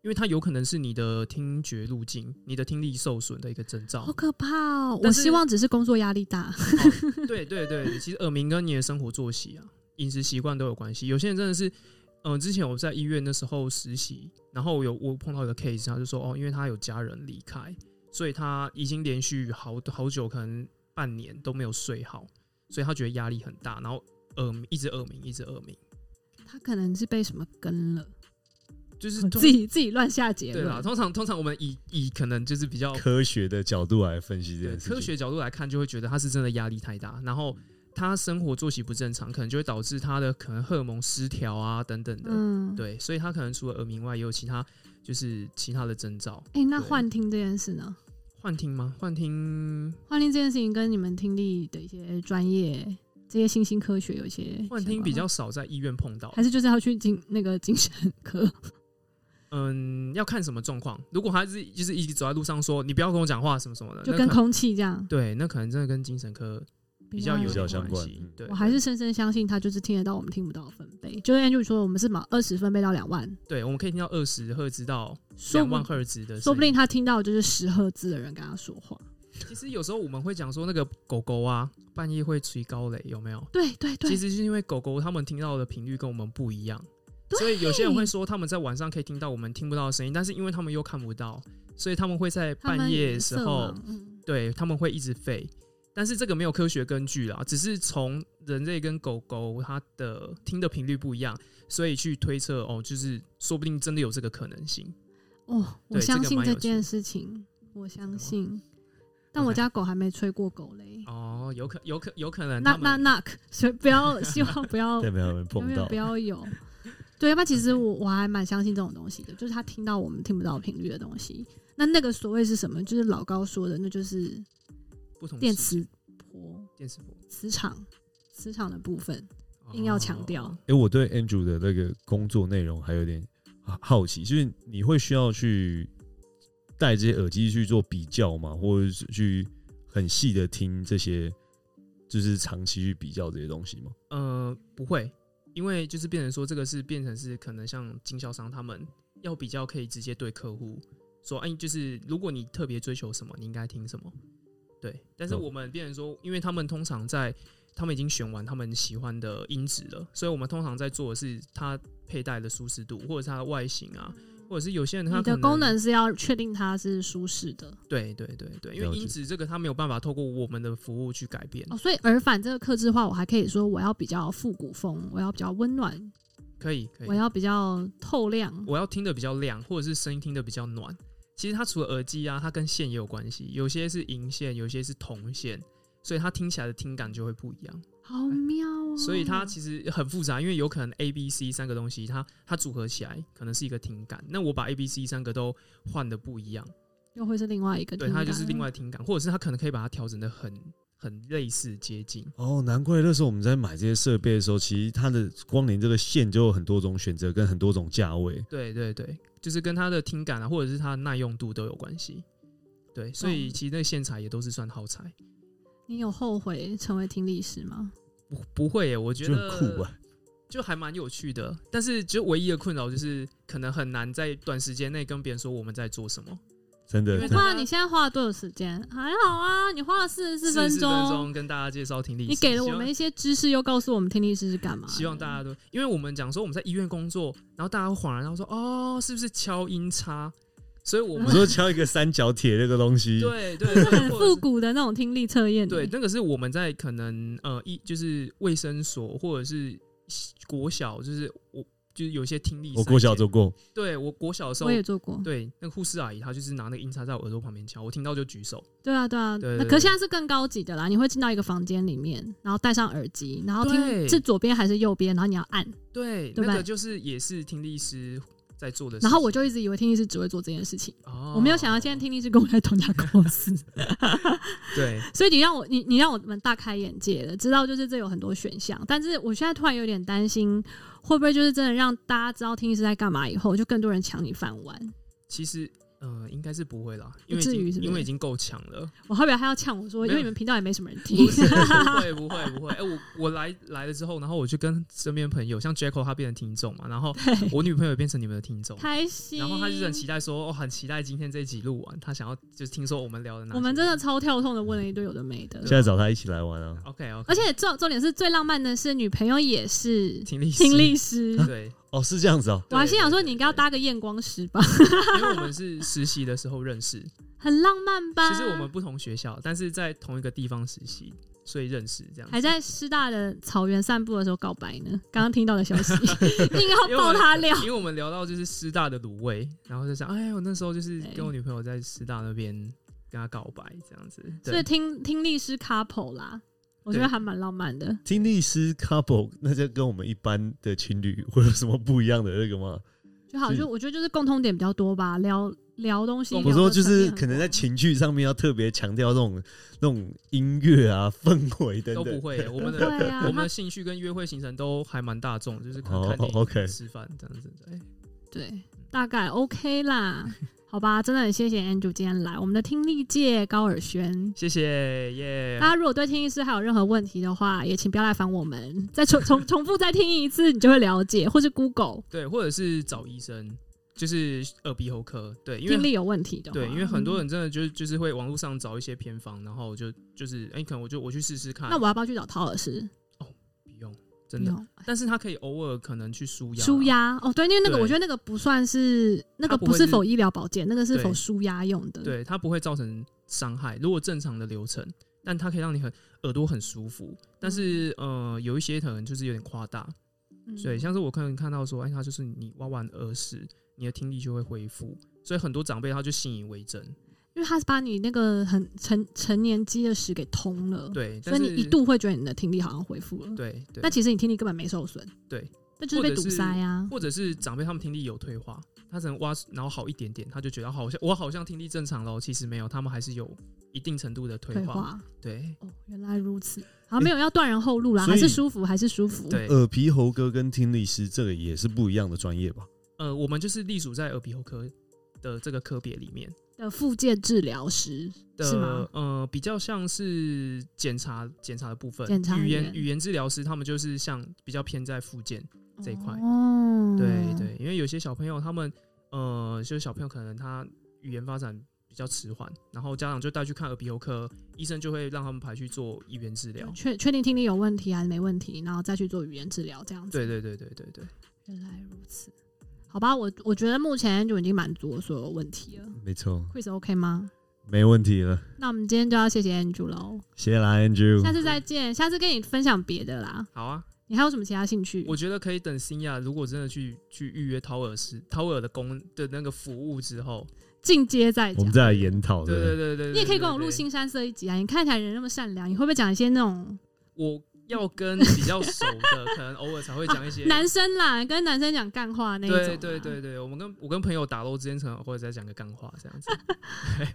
Speaker 3: 因为它有可能是你的听觉路径、你的听力受损的一个征兆。
Speaker 1: 好可怕哦！我
Speaker 3: 但是
Speaker 1: 希望只是工作压力大，
Speaker 3: 哦对对对，其实耳鸣跟你的生活作息啊、饮食习惯都有关系。有些人真的是，嗯、之前我在医院的时候实习，然后我有我碰到一个 case，他就说哦，因为他有家人离开，所以他已经连续好好久，可能半年都没有睡好，所以他觉得压力很大，然后耳鸣一直耳鸣，一直耳鸣，
Speaker 1: 他可能是被什么跟了，
Speaker 3: 就是
Speaker 1: 我
Speaker 3: 通
Speaker 1: 自己自己乱下结
Speaker 3: 对啦，
Speaker 1: 论。
Speaker 3: 通常通常我们以以可能就是比较
Speaker 2: 科学的角度来分析这
Speaker 3: 对
Speaker 2: 件事情，
Speaker 3: 科学角度来看，就会觉得他是真的压力太大，然后他生活作息不正常，可能就会导致他的可能荷尔蒙失调啊等等的。
Speaker 1: 嗯，
Speaker 3: 对，所以他可能除了耳鸣外，也有其他就是其他的征兆。
Speaker 1: 哎、那
Speaker 3: 对
Speaker 1: 幻听这件事呢？
Speaker 3: 幻听吗？幻听，
Speaker 1: 幻听这件事情跟你们听力的一些专业、这些新兴科学有一些
Speaker 3: 幻
Speaker 1: 相关
Speaker 3: 听
Speaker 1: 吗
Speaker 3: 比较少在医院碰到
Speaker 1: 还。是就是要去精那个精神科，
Speaker 3: 嗯，要看什么状况。如果他是就是一直走在路上说你不要跟我讲话什么什么的，
Speaker 1: 就
Speaker 3: 呃那
Speaker 1: 跟
Speaker 3: 可能
Speaker 1: 空气这样
Speaker 3: 对，那可能真的跟精神科比较有
Speaker 2: 比较
Speaker 3: 点
Speaker 2: 相
Speaker 3: 关
Speaker 2: 关
Speaker 3: 系
Speaker 2: 嗯。
Speaker 3: 对，
Speaker 1: 我还是深深相信他就是听得到我们听不到的分贝，就是 Andrew 说我们是嘛二十分贝到两万，
Speaker 3: 对，我们可以听到二十赫兹到
Speaker 1: 说
Speaker 3: 两万
Speaker 1: 不
Speaker 3: 赫兹的声音，
Speaker 1: 说不定他听到就是十赫兹的人跟他说话。
Speaker 3: 其实有时候我们会讲说，那个狗狗啊，半夜会吹高雷，有没有？
Speaker 1: 对对对
Speaker 3: 其，实是因为狗狗它们听到的频率跟我们不一样，
Speaker 1: 对
Speaker 3: 所以有些人会说他们在晚上可以听到我们听不到的声音，但是因为他们又看不到，所以他们会在
Speaker 1: 他们
Speaker 3: 半夜的时
Speaker 1: 色
Speaker 3: 候
Speaker 1: 盲，嗯
Speaker 3: 对他们会一直吠。但是这个没有科学根据啦，只是从人类跟狗狗它的听的频率不一样，所以去推测哦，就是说不定真的有这个可能性。
Speaker 1: 哦，我
Speaker 3: 对这
Speaker 1: 相
Speaker 3: 个
Speaker 1: 信
Speaker 3: 蛮
Speaker 1: 这
Speaker 3: 有趣
Speaker 1: 件
Speaker 3: 的
Speaker 1: 事情，我相
Speaker 3: 吗
Speaker 1: 信。但我
Speaker 3: OK
Speaker 1: 家狗还没吹过狗雷。
Speaker 3: 哦，有可有可有可能
Speaker 1: 那
Speaker 3: 他
Speaker 1: 那
Speaker 3: 们
Speaker 1: 那，所以不要，希望不 要
Speaker 2: 但没有人
Speaker 1: 永
Speaker 2: 碰
Speaker 1: 远
Speaker 2: 到
Speaker 1: 不。要有。对，要不然其实我我还蛮相信这种东西的，就是他听到我们听不到频率的东西。那那个所谓是什么？就是老高说的，那就是
Speaker 3: 不同
Speaker 1: 电
Speaker 3: 世
Speaker 1: 磁波、
Speaker 3: 电磁波
Speaker 1: 磁场、磁场的部分，硬要强调
Speaker 3: 哦
Speaker 2: 哎、我对 Andrew 的那个工作内容还有点好好奇，就是你会需要去戴这些耳机去做比较吗？或者是去很细的听这些，就是长期去比较这些东西吗？
Speaker 3: 呃，不会，因为就是变成说这个是变成是可能像经销商他们要比较可以直接对客户说，哎、就是如果你特别追求什么，你应该听什么。对，但是
Speaker 2: 嗯
Speaker 3: 我们变成说，因为他们通常在他们已经选完他们喜欢的音质了，所以我们通常在做的是它佩戴的舒适度，或者是它的外形啊，或者是有些人他
Speaker 1: 你
Speaker 3: 可
Speaker 1: 的功能是要确定它是舒适的
Speaker 3: 对对对对，因
Speaker 2: 了
Speaker 3: 为
Speaker 2: 解
Speaker 3: 音质这个它没有办法透过我们的服务去改变，
Speaker 1: 哦。所以耳返这个克制化，我还可以说我要比较复古风，我要比较温暖，
Speaker 3: 可以可以
Speaker 1: 我。要比较透亮。
Speaker 3: 我要听的比较亮，或者是声音听的比较暖。其实它除了耳机啊，它跟线也有关系，有些是银线，有些是铜线，所以它听起来的听感就会不一样。
Speaker 1: 好妙哦！
Speaker 3: 所以它其实很复杂，因为有可能 A、B、C 三个东西，它它组合起来可能是一个听感。那我把 A、B、C 三个都换的不一样，
Speaker 1: 又会是另外一个
Speaker 3: 对，
Speaker 1: 听
Speaker 3: 它就
Speaker 1: 感
Speaker 3: 是另外听感，或者是它可能可以把它调整的很很类似接近。
Speaker 2: 哦，难怪那时候我们在买这些设备的时候，其实它的光连这个线就有很多种选择跟很多种价位。
Speaker 3: 对对对，就是跟它的听感啊，或者是它的耐用度都有关系。对，所以
Speaker 1: 懂
Speaker 3: 其实那线材也都是算耗材。
Speaker 1: 你有后悔成为听力师吗？
Speaker 3: 不不会耶，我觉
Speaker 2: 就
Speaker 3: 得
Speaker 2: 很酷啊！
Speaker 3: 就还蛮有趣的。但是就唯一的困扰就是，可能很难在短时间内跟别人说我们在做什么。
Speaker 2: 真
Speaker 3: 因为
Speaker 2: 的
Speaker 1: 不
Speaker 3: 它
Speaker 1: 然你现在花了多少时间？还好啊，你花了四十四
Speaker 3: 四
Speaker 1: 分
Speaker 3: 十分
Speaker 1: 钟，
Speaker 3: 钟跟大家介绍听力史，
Speaker 1: 你给了
Speaker 3: 希
Speaker 1: 我
Speaker 3: 望
Speaker 1: 们一些知识，又告诉我们听力师是干嘛的？
Speaker 3: 希望大家都，因为我们讲说我们在医院工作，然后大家会恍然然后说哦，是不是敲音叉？所以我
Speaker 2: 我
Speaker 3: 们
Speaker 2: 说敲一个三角铁那个东西，
Speaker 3: 对对，
Speaker 1: 很
Speaker 3: 或者
Speaker 1: 复
Speaker 3: 是
Speaker 1: 古的那种听力测验。
Speaker 3: 对，，那个是我们在可能呃一就是卫生所或者是国小，就是我就是有一些听力筛检。
Speaker 2: 我国小做过，
Speaker 3: 对我国小的时候
Speaker 1: 我，也做过。
Speaker 3: 对那个护士阿姨她就是拿那个音叉在我耳朵旁边敲，我听到就举手。
Speaker 1: 对啊，对啊。
Speaker 3: 对
Speaker 1: 那
Speaker 3: 对
Speaker 1: 可
Speaker 3: 对
Speaker 1: 现在是更高级的啦，你会进到一个房间里面，然后戴上耳机，然后听
Speaker 3: 对
Speaker 1: 是左边还是右边，然后你要按。
Speaker 3: 对，
Speaker 1: 对
Speaker 3: 那
Speaker 1: 吧
Speaker 3: 个就是也是听力师在做的事情。
Speaker 1: 然后我就一直以为听力师只会做这件事情，
Speaker 3: 哦
Speaker 1: 我没有想到现在听力师跟我在同一家公司，
Speaker 3: 对
Speaker 1: 所以你让我你你让我们大开眼界了，知道就是这有很多选项。但是我现在突然有点担心，会不会就是真的让大家知道听力师在干嘛以后，就更多人抢你饭碗？
Speaker 3: 其实呃应该是不会啦，
Speaker 1: 不
Speaker 3: 因为已
Speaker 1: 至于
Speaker 3: 经
Speaker 1: 是不
Speaker 3: 因为
Speaker 1: 是
Speaker 3: 已经够强 了。
Speaker 1: 我后面还要呛我说，
Speaker 3: 没有
Speaker 1: 因为你们频道也没什么人听
Speaker 3: 不。是，不会，不会，不会。哎、我我来来了之后，然后我就跟身边朋友，像 Jacko 他变成听众嘛，然后
Speaker 1: 对，
Speaker 3: 我女朋友也变成你们的听众，
Speaker 1: 开心。
Speaker 3: 然后他就是很期待说，哦，很期待今天这一集录完，他想要就是听说我们聊的哪些。
Speaker 1: 我们真的超跳痛的问了一堆有的没的
Speaker 3: 啊
Speaker 2: 现，在找他一起来玩啊。
Speaker 3: OK OK，
Speaker 1: 而且重重点是最浪漫的是女朋友也是
Speaker 3: 听力
Speaker 1: 听力
Speaker 3: 师
Speaker 1: 师。
Speaker 3: 对，
Speaker 2: 哦，是这样子哦，
Speaker 1: 我还心想说，
Speaker 3: 对对对
Speaker 1: 你应该要搭个验光师吧，
Speaker 3: 因为我们是实习的时候 认识，
Speaker 1: 很浪漫吧？
Speaker 3: 其实我们不同学校，但是在同一个地方实习，所以认识这样子。
Speaker 1: 还在师大的草原散步的时候告白呢，刚刚听到的消 息，硬要爆他料
Speaker 3: 因。为我们聊到就是师大的卤味，然后就想，哎，我那时候就是跟我女朋友在师大那边跟她告白这样子，对
Speaker 1: 所以听听力师 couple 啦，我觉得
Speaker 3: 对
Speaker 1: 还蛮浪漫的。
Speaker 2: 听力师 couple，那就跟我们一般的情侣会有什么不一样的那个吗？
Speaker 1: 就好，
Speaker 2: 是
Speaker 1: 就我觉得就是共通点比较多吧，聊聊东西。
Speaker 2: 我
Speaker 1: 聊
Speaker 2: 说
Speaker 1: 得
Speaker 2: 就
Speaker 1: 层
Speaker 2: 是
Speaker 1: 面啊很
Speaker 2: 可能在
Speaker 1: 广
Speaker 2: 情趣上面要特别强调这种那种音乐啊、氛围等
Speaker 3: 都不
Speaker 2: 等。
Speaker 3: 会 耶，我们的。
Speaker 1: 对啊，
Speaker 3: 我们
Speaker 1: 他
Speaker 3: 的兴趣跟约会行程都还蛮大众，就是看
Speaker 2: 哦
Speaker 3: 看电影、
Speaker 2: ，OK
Speaker 3: 吃饭这样子。哎对，
Speaker 1: 对，大概 OK 啦。好吧，真的很谢谢 Andrew 今天来，我们的听力界高尔轩。
Speaker 3: 谢谢耶
Speaker 1: 大家如果对听力师还有任何问题的话，也请不要来烦我们，再重重重复再听一次，你就会了解，或是 Google
Speaker 3: 对，或者是找医生，就是耳鼻喉科。对，因
Speaker 1: 听
Speaker 3: 为
Speaker 1: 力有问题的话。
Speaker 3: 对，因为很多
Speaker 1: 嗯、
Speaker 3: 人真的就是就是会网络上找一些偏方，然后就就是哎、可能我就我去试试看。
Speaker 1: 那我要不要去找陶老师？
Speaker 3: 不用，真的。
Speaker 1: 不用
Speaker 3: 但是他可以偶尔可能去舒压啦，
Speaker 1: 舒压哦，对，因为那个
Speaker 3: 对
Speaker 1: 我觉得那个不算是那个
Speaker 3: 它不会
Speaker 1: 是
Speaker 3: 是
Speaker 1: 否医疗保健，那个是
Speaker 3: 对
Speaker 1: 否舒压用的。
Speaker 3: 对，它不会造成伤害。如果正常的流程，但它可以让你很耳朵很舒服。但是呃，有一些可能就是有点夸大，
Speaker 1: 嗯，
Speaker 3: 所以像是我可能看到说，哎，它就是你挖完耳屎，你的听力就会恢复。所以很多长辈他就信以为真，
Speaker 1: 因为他是把你那个很成成年积的屎给通了，，
Speaker 3: 对，
Speaker 1: 所
Speaker 3: 但
Speaker 1: 以
Speaker 3: 是
Speaker 1: 你一度会觉得你的听力好像恢复了，
Speaker 3: 对对
Speaker 1: 但，其实你听力根本没受损，
Speaker 3: 对，
Speaker 1: 那就是被
Speaker 3: 或者
Speaker 1: 堵
Speaker 3: 是
Speaker 1: 塞啊。
Speaker 3: 或者是长辈他们听力有退化，他只能挖然后好一点点，他就觉得好像我好像听力正常了，其实没有，他们还是有一定程度的退
Speaker 1: 退
Speaker 3: 化，
Speaker 1: 化
Speaker 3: 对
Speaker 1: 哦，原来如此。好，没有要断人后路啦，
Speaker 2: 所
Speaker 1: 还
Speaker 2: 以
Speaker 1: 是舒服，还是舒服。
Speaker 3: 对，
Speaker 2: 耳鼻喉科跟听力师这个也是不一样的专业吧？
Speaker 3: 呃，我们就是隶属在耳鼻喉科的这个科别里面。
Speaker 1: 的附件治疗师
Speaker 3: 的
Speaker 1: 是吗？
Speaker 3: 呃，比较像是检查检查的部分，
Speaker 1: 检查
Speaker 3: 语言
Speaker 1: 员
Speaker 3: 语言治疗师他们就是像比较偏在附件，这一块
Speaker 1: 哦，
Speaker 3: 对对，因为有些小朋友他们呃，就是小朋友可能他语言发展比较迟缓，然后家长就带去看耳鼻喉科，医生就会让他们排去做语言治疗。
Speaker 1: 确确定听力有问题还是没问题，然后再去做语言治疗这样子。
Speaker 3: 对对对对对对，
Speaker 1: 原来如此，好吧，我我觉得目前就已经满足我所有问题
Speaker 3: 嗯
Speaker 1: 了。
Speaker 2: 没错，
Speaker 1: Chris OK 吗？
Speaker 2: 没问题了。
Speaker 1: 那我们今天就要谢谢 Andrew 喽，
Speaker 2: 谢谢啦，Andrew
Speaker 1: 下。次再见，下次跟你分享别的啦。
Speaker 3: 好啊，
Speaker 1: 你还有什么其他兴趣？
Speaker 3: 我觉得可以等新亚如果真的去去预约掏耳师掏耳的工的那个服务之后，
Speaker 1: 进阶再
Speaker 2: 我
Speaker 1: 讲
Speaker 2: 们。再来研讨
Speaker 3: 对对
Speaker 2: 的。
Speaker 3: 对对对，
Speaker 1: 你也可以
Speaker 3: 对
Speaker 1: 跟我录
Speaker 3: 对
Speaker 1: 新山社一集啊！你看起来人那么善良，你会不会讲一些那种
Speaker 3: 我要跟比较熟的，可能偶 尔才会讲一些。
Speaker 1: 啊男生啦，跟男生讲干话那一种、啊
Speaker 3: 对对。对对，我们跟我跟朋友打斗之间，可能或者再讲个干话这样子。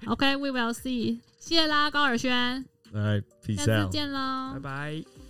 Speaker 1: OK，we、will see。谢啦，高尔轩，
Speaker 2: 来
Speaker 1: 下
Speaker 2: ，peace
Speaker 1: 次
Speaker 2: out。
Speaker 1: 见喽，
Speaker 3: 拜拜。